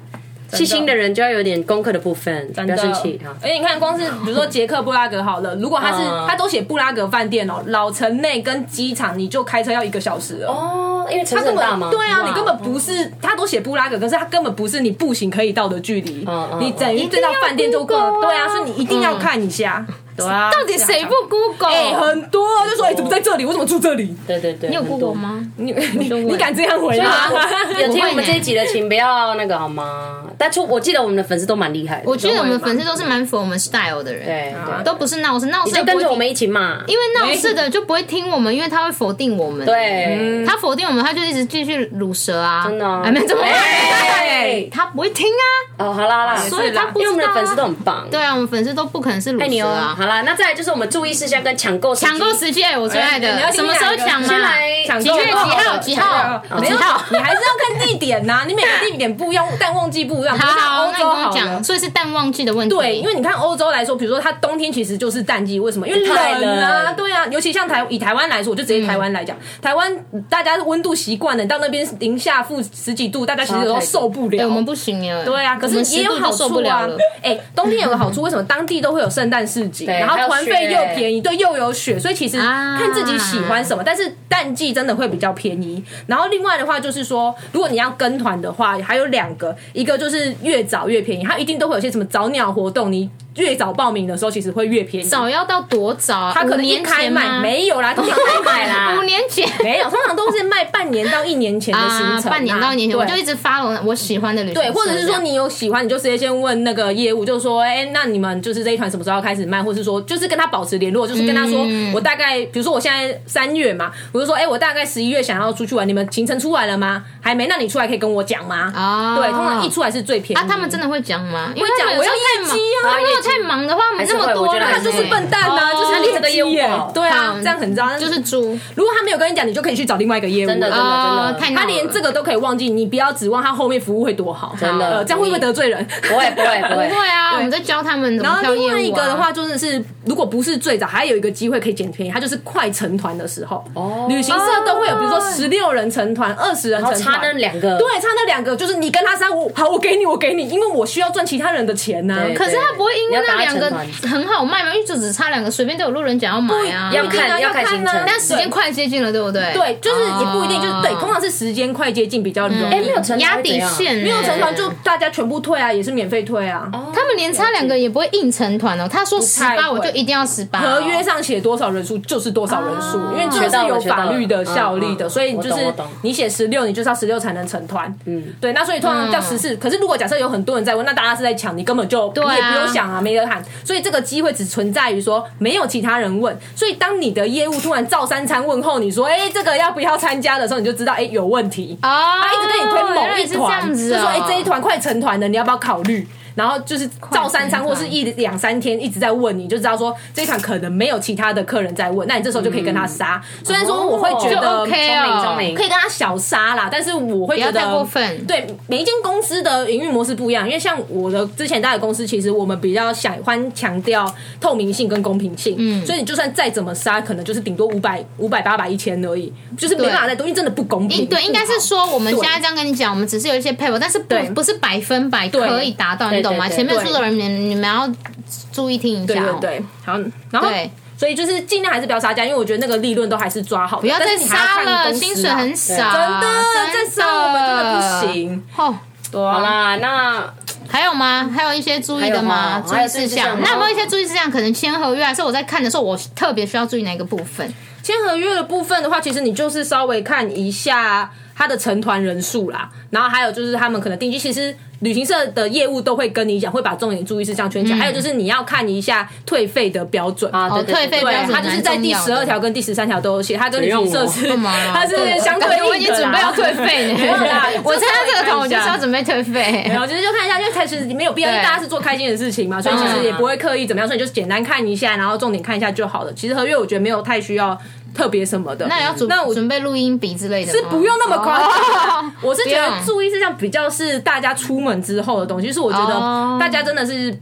Speaker 2: 细心的人就要有点功课的部分，不
Speaker 3: 真
Speaker 2: 要
Speaker 3: 的哎
Speaker 2: 生气哈。
Speaker 3: 而且你看，光是比如说捷克布拉格好了，如果他是
Speaker 2: 嗯
Speaker 3: 他都写布拉格饭店哦，老城内跟机场你就开车要一个小时了。
Speaker 2: 哦，因为城
Speaker 3: 他
Speaker 2: 市很
Speaker 3: 根
Speaker 2: 大吗？
Speaker 3: 本对啊，
Speaker 2: 哇
Speaker 3: 你根本不是，他都写布拉格，可是他根本不是你步行可以到的距离
Speaker 2: 嗯，嗯嗯
Speaker 3: 你等于对到饭店就够了。对啊，所以你一定要看一下，
Speaker 2: 对啊，
Speaker 1: 啊到底谁不 Google？、
Speaker 3: 哎、很多啊就说哎、怎么在这里？我怎么住这里？
Speaker 2: 对对对，
Speaker 1: 你有
Speaker 2: 很
Speaker 1: Google
Speaker 2: 多？
Speaker 1: 吗？
Speaker 3: 你你你敢这样回 *laughs* 答？
Speaker 2: 啊有听我们这一集的，请不要那个好吗？但是我记得我们的粉丝都蛮厉害的，
Speaker 1: 我觉得我们粉丝都是蛮符合我们 style 的人，
Speaker 2: 对对，
Speaker 1: 啊都不是闹事，闹事
Speaker 2: 就
Speaker 1: 也
Speaker 2: 跟
Speaker 1: 不
Speaker 2: 着
Speaker 1: 会
Speaker 2: 我们一起骂，
Speaker 1: 因为闹事的就不会听我们，因为他会否定我们。，
Speaker 2: 对，
Speaker 1: 他否定我们，他就一直继续卤舌嗯啊，
Speaker 2: 真的啊
Speaker 1: 哎，没怎么办
Speaker 2: 哎
Speaker 1: 他不会听啊，
Speaker 2: 哦，好啦好啦，
Speaker 1: 所以他不
Speaker 2: 因
Speaker 1: 知
Speaker 2: 为
Speaker 1: 道啊
Speaker 2: 我们的粉丝都很棒，
Speaker 1: 对啊，我们粉丝都不可能是
Speaker 3: 哎
Speaker 2: 爱
Speaker 1: 卤
Speaker 2: 你
Speaker 1: 舌
Speaker 2: 哦。
Speaker 1: 啊。
Speaker 2: 好啦，那再来就是我们注意事项跟抢购时机
Speaker 1: 抢购时间，哎我最爱
Speaker 3: 哎你要
Speaker 1: 的，
Speaker 3: 听
Speaker 1: 什么时候抢
Speaker 3: 哪一个先
Speaker 1: 啊？
Speaker 2: 来
Speaker 3: 抢
Speaker 1: 几月几号？几号？我
Speaker 3: 哦没
Speaker 1: 几
Speaker 3: 有
Speaker 1: 号？，
Speaker 3: 你还是要看地点呐、你每个地点不一样，淡旺季不一样。
Speaker 1: 好
Speaker 3: 不像
Speaker 1: 好，
Speaker 3: 欧
Speaker 1: 那你
Speaker 3: 洲
Speaker 1: 跟我
Speaker 3: 好了
Speaker 1: 讲，。所以是淡旺季的问题。
Speaker 3: 对，因为你看欧洲来说，比如说它冬天其实就是淡季，为什么？因为
Speaker 2: 太
Speaker 3: 冷啊，
Speaker 2: 冷
Speaker 3: 对啊，尤其像台以台湾来说，我就直
Speaker 1: 嗯
Speaker 3: 接台湾来讲，台湾大家温度习惯了，你到那边零下负十几度，大家其实都受不
Speaker 1: 哎
Speaker 3: 了。
Speaker 1: 我们不行哎。
Speaker 3: 对啊，可
Speaker 1: 我
Speaker 3: 是
Speaker 1: 们湿
Speaker 3: 也有
Speaker 1: 度就
Speaker 3: 好
Speaker 1: 受
Speaker 3: 处
Speaker 1: 不了
Speaker 3: 啊
Speaker 1: 了。。
Speaker 3: 哎、冬天有个好处，为什么当地都会有圣诞市集，
Speaker 2: 对
Speaker 3: 然后团费
Speaker 2: 还有雪
Speaker 3: 又便宜，对，又有雪，所以其实
Speaker 1: 啊
Speaker 3: 看自己喜欢什么。但是淡季真的会比较便宜。然后另外的话就是说，如果你要跟团的话，还有两个，一个就是越早越便宜，它一定都会有些什么早鸟活动，你越早报名的时候其实会越便宜。
Speaker 1: 早要到多早啊？
Speaker 3: 它嗯可
Speaker 1: 五
Speaker 3: 能一
Speaker 1: 年
Speaker 3: 开
Speaker 1: 前吗
Speaker 3: 卖没啊有啦，
Speaker 1: *laughs*
Speaker 3: 通常开卖啦
Speaker 1: 五。年
Speaker 3: *laughs*
Speaker 1: 前。
Speaker 3: 没有，通常都是卖半年到一年前的行
Speaker 1: 啊，
Speaker 3: 程、
Speaker 1: 半年到一年前，
Speaker 3: 对
Speaker 1: 我就一直发我我喜欢的旅行
Speaker 3: 对，
Speaker 1: 社
Speaker 3: 或者是
Speaker 1: 这
Speaker 3: 说
Speaker 1: 样
Speaker 3: 你有喜欢，你就直接先问那个业务，就是说，哎、那你们就是这一团什么时候要开始卖，或是说，就是跟他保持联络，就是跟他说，我大概，比如说我现在三月嘛，我就说，哎、我大概十一月想要出去玩，你们行程出来了吗？还没，那你出来可以跟我讲吗？
Speaker 1: 哦
Speaker 3: 对，通常一出来是最便宜。
Speaker 1: 啊，他们真的会讲吗？因为
Speaker 3: 讲
Speaker 1: 他们有时候
Speaker 3: 我要
Speaker 1: 太
Speaker 3: 业
Speaker 1: 忙
Speaker 3: 绩啊
Speaker 1: 他如果太忙的话，我们那么
Speaker 2: 还是会我
Speaker 1: 多
Speaker 2: 觉得
Speaker 1: 人，
Speaker 2: 还
Speaker 3: 他就是笨蛋呐、啊，
Speaker 1: 哦
Speaker 3: 就是
Speaker 2: 这个业务
Speaker 3: 耶
Speaker 2: 好
Speaker 3: 对啊，
Speaker 1: 好
Speaker 3: 这样很糟，
Speaker 1: 哎就是猪
Speaker 3: 如果他没有跟你讲，你就可以去找另外一个业务了。
Speaker 2: 真的真的
Speaker 1: 啊，
Speaker 2: 真的
Speaker 1: 太闹了
Speaker 3: 他连这个都可以忘记，你不要指望他后面服务会多好，
Speaker 2: 真的
Speaker 3: 呃这样会不会得罪人？
Speaker 2: 不会不会不
Speaker 1: 不
Speaker 2: 会，
Speaker 1: 会啊，我们在教他们怎
Speaker 3: 然
Speaker 1: 么
Speaker 3: 后
Speaker 1: 挑业
Speaker 3: 另
Speaker 1: 务啊
Speaker 3: 外一个的话，真的是如果不是最早，还有一个机会可以捡便宜，它就是快成团的时候。
Speaker 2: 哦
Speaker 3: 旅行社都会有，比如说十六人成团、二十人
Speaker 2: 然
Speaker 3: 成
Speaker 2: 后
Speaker 3: 团，
Speaker 2: 差那两个，
Speaker 1: 嗯
Speaker 3: 对，哦差那两个就是你跟他三五好，我给你，我给你，因为我需要赚其他人的钱啊呐、
Speaker 2: 对
Speaker 1: 可是他不会因为那两个
Speaker 2: 你要打成
Speaker 1: 很好卖吗？因为就只差两个，随便都有路人讲要买啊。
Speaker 2: 要
Speaker 3: 一定啊
Speaker 2: 看
Speaker 3: 要
Speaker 2: 看
Speaker 3: 看
Speaker 2: 行
Speaker 3: 啊
Speaker 2: 程，
Speaker 1: 但时间快接近了，对不对？
Speaker 3: 对，就是也不一定，就是对
Speaker 1: 哦，
Speaker 3: 通常是时间快接近比较容
Speaker 2: 哎没
Speaker 3: 易。
Speaker 2: 有成团
Speaker 1: 压
Speaker 2: 会怎
Speaker 1: 底
Speaker 2: 样
Speaker 1: 线欸，
Speaker 3: 没有成团就大家全部退啊，也是免费退啊。
Speaker 1: 哦
Speaker 2: 哦
Speaker 1: 他们连差两个也不会硬成团哦。他说十
Speaker 3: 太
Speaker 1: 八，
Speaker 3: 会
Speaker 1: 我就一定要十八。哦
Speaker 3: 合约上写多少人数就是多少人数，
Speaker 2: 啊
Speaker 3: 因为这个是有法律的效力
Speaker 2: 嗯嗯
Speaker 3: 的，
Speaker 2: 嗯
Speaker 3: 所以你
Speaker 2: 我
Speaker 3: 就
Speaker 2: 懂我
Speaker 3: 是
Speaker 2: 懂
Speaker 3: 你写十六，你就是要十六才能成团。嗯，对，那所以通常叫十四。可是如果假设有很多人在问，那大家是在抢，你根本就你
Speaker 1: 啊
Speaker 3: 也不用想啊，没得喊。所以这个机会只存在于说没有其他人问。所以当你的业务突然照三餐问候你说，哎，这个要不要参加的时候，你就知道哎有问题。
Speaker 1: 哦，
Speaker 3: 他一直跟你推
Speaker 1: 原
Speaker 3: 某
Speaker 1: 来
Speaker 3: 一
Speaker 1: 是这样
Speaker 3: 团，
Speaker 1: 子
Speaker 3: 就
Speaker 1: 哦
Speaker 3: 说哎、这一团快成团了，你要不要考虑？然后就是照三餐或是一两三天一直在问你，就知道说这一团可能没有其他的客人在问，那你这时候就可以跟他杀。虽然说我会觉
Speaker 1: 就
Speaker 3: 得
Speaker 1: OK 嗯哦，
Speaker 2: 聪明
Speaker 3: 可以跟他小杀啦，但是我会
Speaker 1: 不要
Speaker 3: 觉得
Speaker 1: 太过分
Speaker 3: 对，每一间公司的营运模式不一样，因为像我的之前待的公司，其实我们比较喜欢强调透明性跟公平性，嗯，所以你就算再怎么杀，可能就是顶多五百、五百、八百、一千而已，就是没办法再多，因为真的不公平。
Speaker 1: 应对，应该是说我们现在这样跟你讲，我们只是有一些配合，但是不
Speaker 3: 对
Speaker 1: 不是百分百
Speaker 3: 对
Speaker 1: 可以达到，
Speaker 2: 对
Speaker 1: 你懂吗？
Speaker 2: 对对
Speaker 1: 前面说的人，你们你们要注意听一
Speaker 3: 对
Speaker 1: 下
Speaker 3: 对
Speaker 1: 哦。
Speaker 3: 对，好，然后
Speaker 1: 对
Speaker 3: 所以就是尽量还是不要杀价，因为我觉得那个利润都还是抓好的，
Speaker 1: 不要
Speaker 3: 但
Speaker 1: 再
Speaker 3: 是你还要
Speaker 1: 杀
Speaker 3: 看
Speaker 1: 了，
Speaker 3: 公司啊
Speaker 1: 薪水很少，真
Speaker 3: 啊真的，再杀我们真的不。行。
Speaker 1: 哦，
Speaker 3: 对啊
Speaker 2: 好，啦，那
Speaker 1: 还有吗？还有一些注意的吗？注
Speaker 2: 还有
Speaker 1: 意
Speaker 2: 吗
Speaker 1: 事
Speaker 2: 还有注意事项
Speaker 1: 项，
Speaker 2: 吗
Speaker 1: 那有没有一些注意事项？可能签合约还是我在看的时候，我特别需要注意哪一个部分？
Speaker 3: 签合约的部分的话，其实你就是稍微看一下他的成团人数啦，然后还有就是他们可能定期，其实旅行社的业务都会跟你讲，会把重点注意事项圈起
Speaker 1: 嗯
Speaker 3: 来，还有就是你要看一下退费的标准
Speaker 2: 啊，对
Speaker 1: 哦，
Speaker 2: 对
Speaker 1: 退费
Speaker 2: 对
Speaker 1: 标
Speaker 3: 对，
Speaker 1: 准
Speaker 3: 他就是在第
Speaker 1: 蛮重
Speaker 3: 十
Speaker 1: 要的
Speaker 3: 二条跟第十三条都有写，他跟旅行社是，
Speaker 1: 干嘛啊
Speaker 3: *laughs* 他是相对应的啦
Speaker 1: 我已经准备要退费
Speaker 3: *laughs* 没有
Speaker 1: *laughs*
Speaker 3: 啦
Speaker 1: 呢。我参加这个团，我就是要准备退费
Speaker 3: 然。后就是就看一下，因为开始没有必要，因
Speaker 1: 对嗯
Speaker 3: 为大家是做开心的事情嘛，所以其实也不会刻意怎么样，所以你就是简单看一下，然后重点看一下就好了。其实合约我觉得没有太需要特别什么的。
Speaker 1: *laughs* 那也要准
Speaker 3: 那我
Speaker 1: 准备录音笔之类的吗，
Speaker 3: 是不用那么夸张
Speaker 1: 哦 *laughs*
Speaker 3: 啦，我是觉
Speaker 1: 不
Speaker 3: 得
Speaker 1: 用
Speaker 3: 注意事项比较是大家出门之后的东西，就是我觉
Speaker 1: 哦
Speaker 3: 得大家真的是。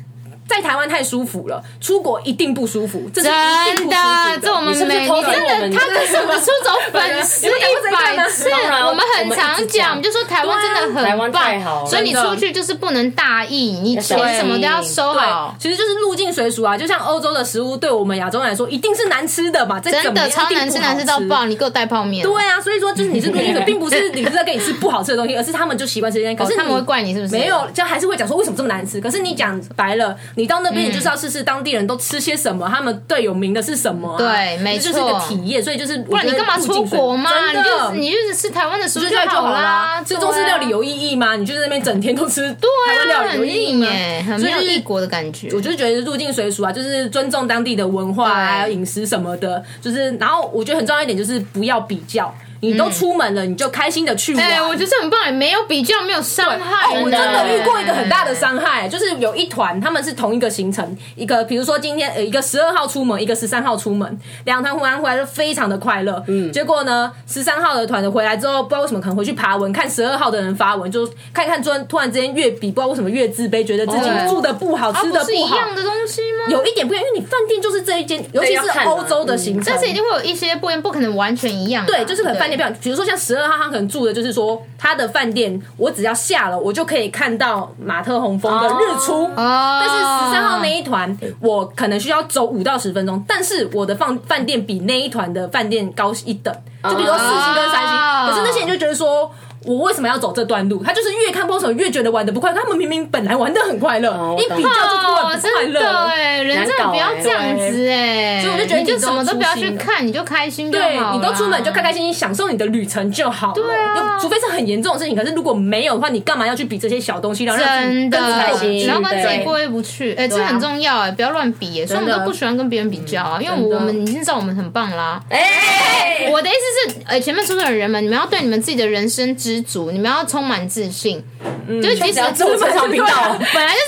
Speaker 3: 在台湾太舒服了，出国一定不舒服，这是一
Speaker 1: 真
Speaker 3: 定不舒
Speaker 1: 的，
Speaker 3: 服
Speaker 1: 这我们
Speaker 2: 你是不是
Speaker 1: 没，
Speaker 2: 偷听我
Speaker 1: 真的，
Speaker 2: 们的
Speaker 1: 他就是我们出走粉丝
Speaker 3: *laughs* 你们
Speaker 1: 一
Speaker 3: 讲过这
Speaker 1: 百
Speaker 3: 个吗
Speaker 1: 次，
Speaker 2: 当然
Speaker 3: 啊
Speaker 1: 我们
Speaker 2: 我
Speaker 1: 很
Speaker 2: 们一直
Speaker 1: 常
Speaker 2: 讲
Speaker 1: 讲，我们就说台湾真的
Speaker 2: 对啊台
Speaker 1: 很
Speaker 2: 湾太好
Speaker 1: 棒，
Speaker 2: 了
Speaker 1: 所以你
Speaker 3: 真的
Speaker 1: 出去就是不能大意，你钱
Speaker 2: 小心
Speaker 1: 什么都要收好
Speaker 3: 对，，其实就是入境随俗啊，就像欧洲的食物对我们亚洲人来说一定是难吃的嘛，这
Speaker 1: 真
Speaker 3: 怎么
Speaker 1: 的
Speaker 3: 样
Speaker 1: 超
Speaker 3: 一定
Speaker 1: 难
Speaker 3: 不
Speaker 1: 吃，
Speaker 3: 好
Speaker 1: 难吃到爆，你给我带泡面，哦
Speaker 3: 对啊，所以说就是你是入境
Speaker 1: *laughs*
Speaker 3: 水，并不是旅行社给你吃不好吃的东西，而是他们就习惯吃这些。可
Speaker 1: 哦，
Speaker 3: 是
Speaker 1: 他们会
Speaker 3: 你
Speaker 1: 怪你是不是？
Speaker 3: 没有，就还是会讲说为什么这么难吃。可是你讲白了，你到那边你就是要试试当地人都吃些什么，他们最有名的是什么啊、
Speaker 1: 对没
Speaker 3: 这就是一个
Speaker 1: 错
Speaker 3: 体验。所以就是，不
Speaker 1: 不然你干嘛出国嘛？你就你就是吃台湾的食物
Speaker 3: 就就
Speaker 1: 好啊
Speaker 3: 好啦，吃中式料理
Speaker 1: 有
Speaker 3: 有意义吗？你就在那边整天都吃台湾
Speaker 1: 对
Speaker 3: 料
Speaker 1: 啊，
Speaker 3: 理有
Speaker 1: 很
Speaker 3: 意义吗
Speaker 1: 硬耶，？很
Speaker 3: 所
Speaker 1: 没
Speaker 3: 以
Speaker 1: 有
Speaker 3: 就是
Speaker 1: 异国的感觉。
Speaker 3: 我就是觉得入境随俗啊，就是尊重当地的文化啊、
Speaker 1: 对
Speaker 3: 饮食什么的，就是然后我觉得很重要一点就是不要比较，你都出门了，你就开心的去
Speaker 1: 嗯
Speaker 3: 玩。
Speaker 1: 哎、我觉得这很棒，没有比较，没有伤害、
Speaker 3: 哦，我真的遇过一个很大的
Speaker 1: 伤。
Speaker 3: 伤害，就是有一团他们是同一个行程，一个比如说今天呃一个十二号出门，一个十三号出门，两团玩回来就非常的快乐。嗯，结果呢，十三号的团的回来之后，不知道为什么可能回去爬文，看十二号的人发文，就看看突然突然之间越比，不知道为什么越自卑，觉得自己
Speaker 1: 哦
Speaker 3: 住的不好，
Speaker 1: 啊，
Speaker 3: 吃的
Speaker 1: 不是一
Speaker 3: 好。
Speaker 1: 样的东西吗？
Speaker 3: 有一点不一样，因为你饭店就是这一间，尤其
Speaker 2: 要
Speaker 3: 是
Speaker 2: 看啊
Speaker 3: 欧洲的行程，
Speaker 1: 嗯但是一定会有一些不一样，不可能完全一样啊、
Speaker 3: 对，就是可能饭店不一样。比如说像十二号，他可能住的就是说他的饭店，我只要下了，我就可以看到马特洪峰的日出。
Speaker 1: 哦
Speaker 3: 但是十三号那一团，我可能需要走五到十分钟，但是我的饭饭店比那一团的饭店高一等，就比如说四星跟三星。
Speaker 1: 哦
Speaker 3: 可是那些人就觉得说。我为什么要走这段路？他就是越看 p o s 越觉得玩的不快乐。他们明明本来玩的很快乐，
Speaker 2: 哦我
Speaker 3: 一
Speaker 2: 懂
Speaker 3: 比较就突
Speaker 1: 哦，
Speaker 3: 然不快
Speaker 1: 真
Speaker 3: 乐
Speaker 1: 的
Speaker 3: 了。
Speaker 1: 哎，人真的不要这样子哎，
Speaker 3: 所以我就觉
Speaker 1: 你
Speaker 3: 得你
Speaker 1: 就
Speaker 3: 都
Speaker 1: 什么都不要
Speaker 3: 出
Speaker 1: 去
Speaker 3: 行了
Speaker 1: 看，你就开心就
Speaker 3: 对
Speaker 1: 好
Speaker 3: 你都出门就开
Speaker 1: 看。
Speaker 3: 开心心享受你的旅程就好了。对
Speaker 1: 啊
Speaker 3: 除非是很严重的事情，可是如果没有的话，你干嘛要去比这些小东西，然后让自己
Speaker 1: 真
Speaker 3: 更不
Speaker 1: 的
Speaker 3: 开心？
Speaker 1: 然后跟自己
Speaker 3: 对啊
Speaker 1: 过意不去，哎、这很重要哎、不要乱比哎、所以我们
Speaker 3: 真
Speaker 1: 都
Speaker 3: 的
Speaker 1: 不喜欢跟别人比较啊，因为
Speaker 3: 真的
Speaker 1: 我们已经知道我们很棒啦。
Speaker 2: 哎，
Speaker 1: 我的意思是，呃，前面出的人们，你们要对你们自己的人生知足，你们要充满自信，
Speaker 3: 嗯
Speaker 1: 就是即使
Speaker 2: 要自我成长频道，
Speaker 1: 本来
Speaker 3: *laughs*
Speaker 1: 就是，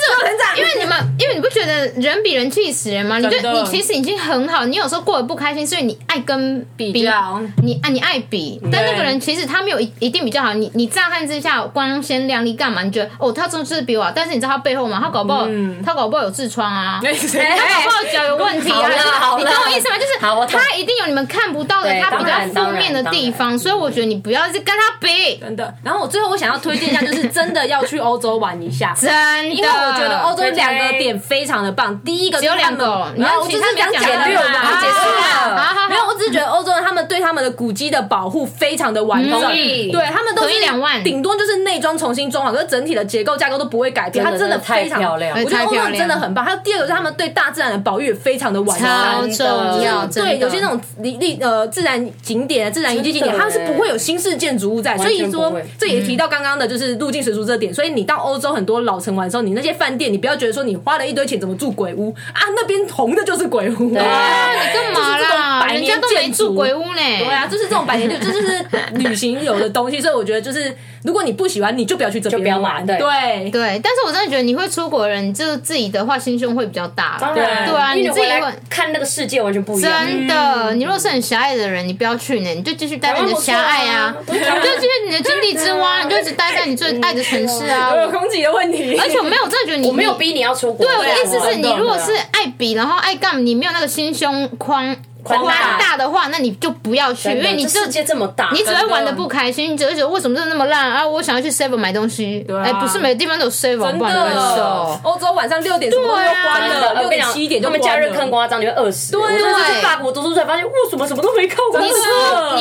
Speaker 1: 因为你们，因为你不觉得人比人气死人吗？你就
Speaker 3: 真的
Speaker 1: 你其实已经很好，你有时候过得不开心，所以你爱跟比
Speaker 3: 比 *laughs* 较
Speaker 1: 你啊爱你爱比，但那个人其实他没有一一定比较好，你你乍看之下光鲜亮丽干嘛？你觉得哦，他真的是比我好，但是你知道他背后吗？他搞不好、他搞不好有痔疮啊，
Speaker 3: 哎
Speaker 1: 他搞不好脚有问题啊，
Speaker 2: 好了好了
Speaker 1: 你懂我意思吗？就是
Speaker 2: 好我懂
Speaker 1: 他一定有你们看不到的，
Speaker 2: 对
Speaker 1: 他比较
Speaker 2: 当然当
Speaker 1: 负
Speaker 2: 然
Speaker 1: 面的地方，所以我觉得你不要去跟他比，
Speaker 3: 真的。然后我最后我想要推荐一下，就是真的要去欧洲玩一下。
Speaker 1: 真的，
Speaker 3: 因为我觉得欧洲
Speaker 2: 对对
Speaker 3: 两个点非常的棒，第一个
Speaker 1: 只有
Speaker 3: 就是他们
Speaker 1: 两个你
Speaker 3: 没
Speaker 1: 要
Speaker 3: 有，我
Speaker 1: 请
Speaker 3: 就
Speaker 1: 他
Speaker 3: 是
Speaker 1: 们
Speaker 3: 讲
Speaker 1: 讲啊
Speaker 3: 简
Speaker 1: 完
Speaker 3: 略，
Speaker 1: 嘛
Speaker 3: 我把它解
Speaker 1: 好
Speaker 3: 释
Speaker 1: 好好
Speaker 3: 了。没有，我只是觉得欧洲人他们对他们的古迹的保护非常的完整，
Speaker 1: 同
Speaker 2: 意
Speaker 3: 对他们都
Speaker 1: 同意
Speaker 3: 是
Speaker 1: 两万
Speaker 3: 顶多就是内装重新装潢，可是整体的结构架构都不会改变，它
Speaker 2: 真的
Speaker 3: 真的非
Speaker 2: 真的太
Speaker 3: 常
Speaker 2: 漂亮
Speaker 3: 我觉得欧洲人真的很棒。还有第二个是他们对大自然的保育也非常的完善
Speaker 1: 超，重要，真的
Speaker 3: 呃对，有些那种离离呃自然景点、自然遗迹景点，
Speaker 2: 真的
Speaker 3: 它是不会有新式建筑物在，
Speaker 2: 完
Speaker 3: 所
Speaker 2: 全
Speaker 3: 以
Speaker 2: 不
Speaker 3: 说
Speaker 2: 会
Speaker 3: 这也提到刚刚的就是入境随俗这点，所以你到欧洲很多老城玩的时候，你那些饭店，你不要觉得说你花了一堆钱怎么住鬼屋啊，那边红的就是鬼屋，对
Speaker 1: 啊，你干嘛啦？
Speaker 3: 就是这种百
Speaker 1: 人家
Speaker 3: 年
Speaker 1: 都没
Speaker 3: 建
Speaker 1: 住
Speaker 3: 筑
Speaker 1: 鬼屋呢，对
Speaker 3: 对啊，就是这种百年就这就是旅行有的东西，所以我觉得就是如果你不喜欢，你就不要去这边
Speaker 2: 就不要玩对
Speaker 3: 对
Speaker 1: 对，但是我真的觉得你会出国的人，就自己的话心胸会比较大啦。
Speaker 2: 当然，
Speaker 1: 对啊，
Speaker 2: 因为
Speaker 1: 你自己
Speaker 2: 回来
Speaker 1: 会
Speaker 2: 看那个世界完全不一样，
Speaker 1: 真的，
Speaker 2: 嗯
Speaker 1: 你如果是很狭隘的人，你不要去呢，你就继续待在你的狭隘啊，你
Speaker 2: 台湾不错啊
Speaker 1: 就继续你的井底之蛙，你就一直待在你最爱的城市
Speaker 2: *laughs*
Speaker 1: 啊
Speaker 3: 我。有空气的问题，
Speaker 1: *laughs* 而且我没有，我真的觉得你
Speaker 2: 我没有。逼你要出国，
Speaker 1: 对，我的意思是
Speaker 2: 对
Speaker 1: 你如果是爱比，然后爱干，你没有那个心胸宽
Speaker 2: 宽大
Speaker 1: 大的话，那你就不要去，
Speaker 2: 真
Speaker 1: 因
Speaker 2: 的
Speaker 1: 为你
Speaker 2: 这
Speaker 1: 就
Speaker 2: 世界这么大，
Speaker 1: 你只会玩的不开心，你只会觉得为什么真的那么烂啊？我想要去 Seven 买东西，
Speaker 3: 啊
Speaker 1: 哎，不是每个地方都有 Seven，
Speaker 3: 真
Speaker 1: 不然怎么
Speaker 3: 的
Speaker 1: 受。
Speaker 3: 欧洲晚上六点什么都
Speaker 1: 对啊
Speaker 3: 关
Speaker 2: 真的
Speaker 3: 了，
Speaker 2: 我
Speaker 3: 六
Speaker 2: 跟你
Speaker 3: 点
Speaker 2: 讲，
Speaker 3: 七点就
Speaker 2: 他们
Speaker 3: 关
Speaker 2: 假日
Speaker 3: 了
Speaker 2: 更夸张，你会饿死。对我真的
Speaker 1: 对
Speaker 2: 是法国读书出来，发现，哇，什么什么都没看过。
Speaker 1: 你出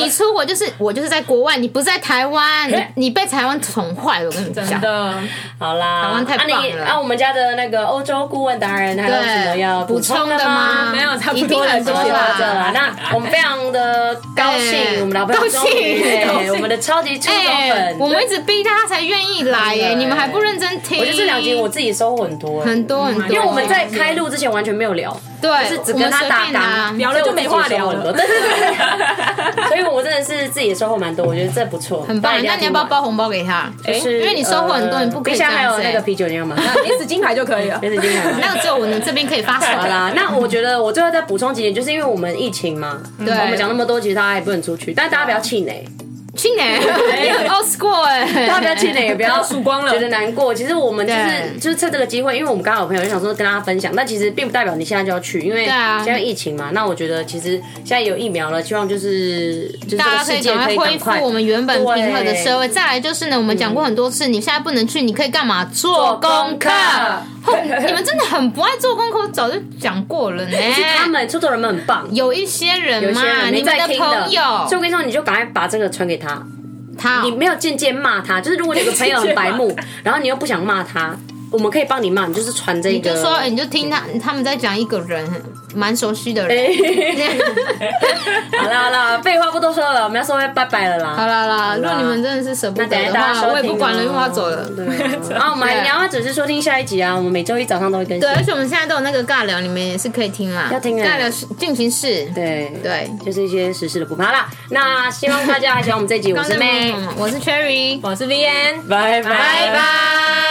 Speaker 1: 你出国就是我就是在国外，你不是在台湾，你你被台湾宠坏了，我跟你
Speaker 3: 真
Speaker 1: 讲。
Speaker 3: 的，
Speaker 2: 好啦，
Speaker 1: 台湾太棒了
Speaker 2: 啊你啊，我们家的那个欧洲顾问达人，还有什么要
Speaker 1: 对，补
Speaker 2: 充
Speaker 1: 充的
Speaker 2: 吗？
Speaker 1: 吗？
Speaker 3: 没有差不
Speaker 1: 一
Speaker 3: 多
Speaker 1: 定
Speaker 3: 了
Speaker 1: 很多
Speaker 3: 谢
Speaker 2: 说
Speaker 3: 谢
Speaker 2: 到
Speaker 1: 啦
Speaker 2: 这啦，那我们非常的高兴，
Speaker 1: 哎
Speaker 2: 我们老朋
Speaker 1: 高
Speaker 2: 友
Speaker 1: 兴
Speaker 2: 终于，
Speaker 1: 高
Speaker 2: 对
Speaker 1: 兴
Speaker 2: 我们的超级出走
Speaker 1: 哎
Speaker 2: 粉，，
Speaker 1: 我们一直逼他才愿意来耶，
Speaker 2: 对
Speaker 1: 你们还不认真听。
Speaker 2: 我觉得这两集我自己收获很多，
Speaker 1: 很多很多，
Speaker 2: 因为我们在开录之前完全没有聊，
Speaker 1: 对，
Speaker 2: 是只跟他打
Speaker 1: 打
Speaker 2: 档，
Speaker 3: 聊了就没话聊了
Speaker 2: 对对对，所以我真的是自己也收获蛮多，我觉得这不错，
Speaker 1: 很棒。那你要不要包红包给他？
Speaker 2: 就是？
Speaker 1: 因为你收获很多，
Speaker 2: 呃
Speaker 1: 你不可以
Speaker 2: 冰
Speaker 1: 这
Speaker 2: 箱还
Speaker 1: 样
Speaker 2: 有
Speaker 1: 子
Speaker 2: 那个
Speaker 1: 耶。
Speaker 2: 啤酒，你要吗？
Speaker 3: 一死金牌就可以了。
Speaker 2: 别的冰箱。
Speaker 1: 那个只有我们这边可以发手
Speaker 2: *laughs* 好啦，那我觉得我最后再补充几点，就是因为我们疫情嘛，对我们讲那么多，其实大家也不能出去，但大家不要气馁，
Speaker 1: 去年 old school 哎，
Speaker 2: 大家不要气馁，也
Speaker 1: *laughs*
Speaker 2: 不要
Speaker 3: 不要输光了
Speaker 2: 觉得难过。其实我们就是
Speaker 1: 对
Speaker 2: 就是趁这个机会，因为我们刚好有朋友就想说跟大家分享，但其实并不代表你现在就要去，因为
Speaker 1: 对啊
Speaker 2: 现在疫情嘛。那我觉得其实现在有疫苗了，希望就是就是这
Speaker 1: 大
Speaker 2: 个
Speaker 1: 家可
Speaker 2: 世
Speaker 1: 以
Speaker 2: 界
Speaker 1: 赶
Speaker 2: 可
Speaker 1: 快
Speaker 2: 以
Speaker 1: 恢
Speaker 2: 赶
Speaker 1: 复
Speaker 2: 快
Speaker 1: 我们原本平和的
Speaker 2: 对
Speaker 1: 社会。再来就是呢，我们讲过很多次，你现在不能去，你可以干嘛？做功课。
Speaker 3: 啊
Speaker 2: *laughs*
Speaker 1: 哼你们真的很不爱做功课，我早就讲过了呢。
Speaker 2: 他们出走人们很棒。
Speaker 1: 有一些人
Speaker 2: 有
Speaker 1: 嘛
Speaker 2: 些，人
Speaker 1: 你
Speaker 2: 没
Speaker 1: 们
Speaker 2: 在
Speaker 1: 的
Speaker 2: 听
Speaker 1: 朋
Speaker 2: 所以我
Speaker 1: 友，
Speaker 2: 跟你说，你就赶快把这个传给他。
Speaker 1: 他 *laughs*
Speaker 2: 你没有间接骂他，就是如果你有个朋友很白目，然后你又不想骂他。我们可以帮你骂，你就是传这
Speaker 1: 你
Speaker 2: 个，
Speaker 1: 就
Speaker 2: *laughs*
Speaker 1: 说，哎你就听他他们在讲一个人，蛮熟悉的
Speaker 2: *laughs* 哎
Speaker 1: 人。
Speaker 2: 好啦好啦，废话不多说了，我们要说拜拜了
Speaker 1: *laughs* *laughs* 好
Speaker 2: 啦。
Speaker 1: 啦啦，如果你们真的是舍不得
Speaker 2: 等
Speaker 1: 的
Speaker 2: 下大家
Speaker 1: 话，
Speaker 2: 收
Speaker 1: 我也不管了，因为我要走了。
Speaker 2: 对啊，然后我们还你要准时收听下一集啊，我们每周一早上都会更
Speaker 1: 对，
Speaker 2: 新。
Speaker 1: 而且我们现在都有那个尬聊，你们也是可以听啦。
Speaker 2: 要听啊
Speaker 1: 尬聊是进行式。
Speaker 2: 对
Speaker 1: 对，
Speaker 2: 就是一些时事的部分。好啦，那希望大家还喜欢我们这集，我
Speaker 1: *laughs* 刚
Speaker 2: 是
Speaker 1: 才
Speaker 2: 妹
Speaker 1: 没，有，我是 Cherry，
Speaker 3: 我是 VN，
Speaker 2: 拜拜
Speaker 1: 拜拜。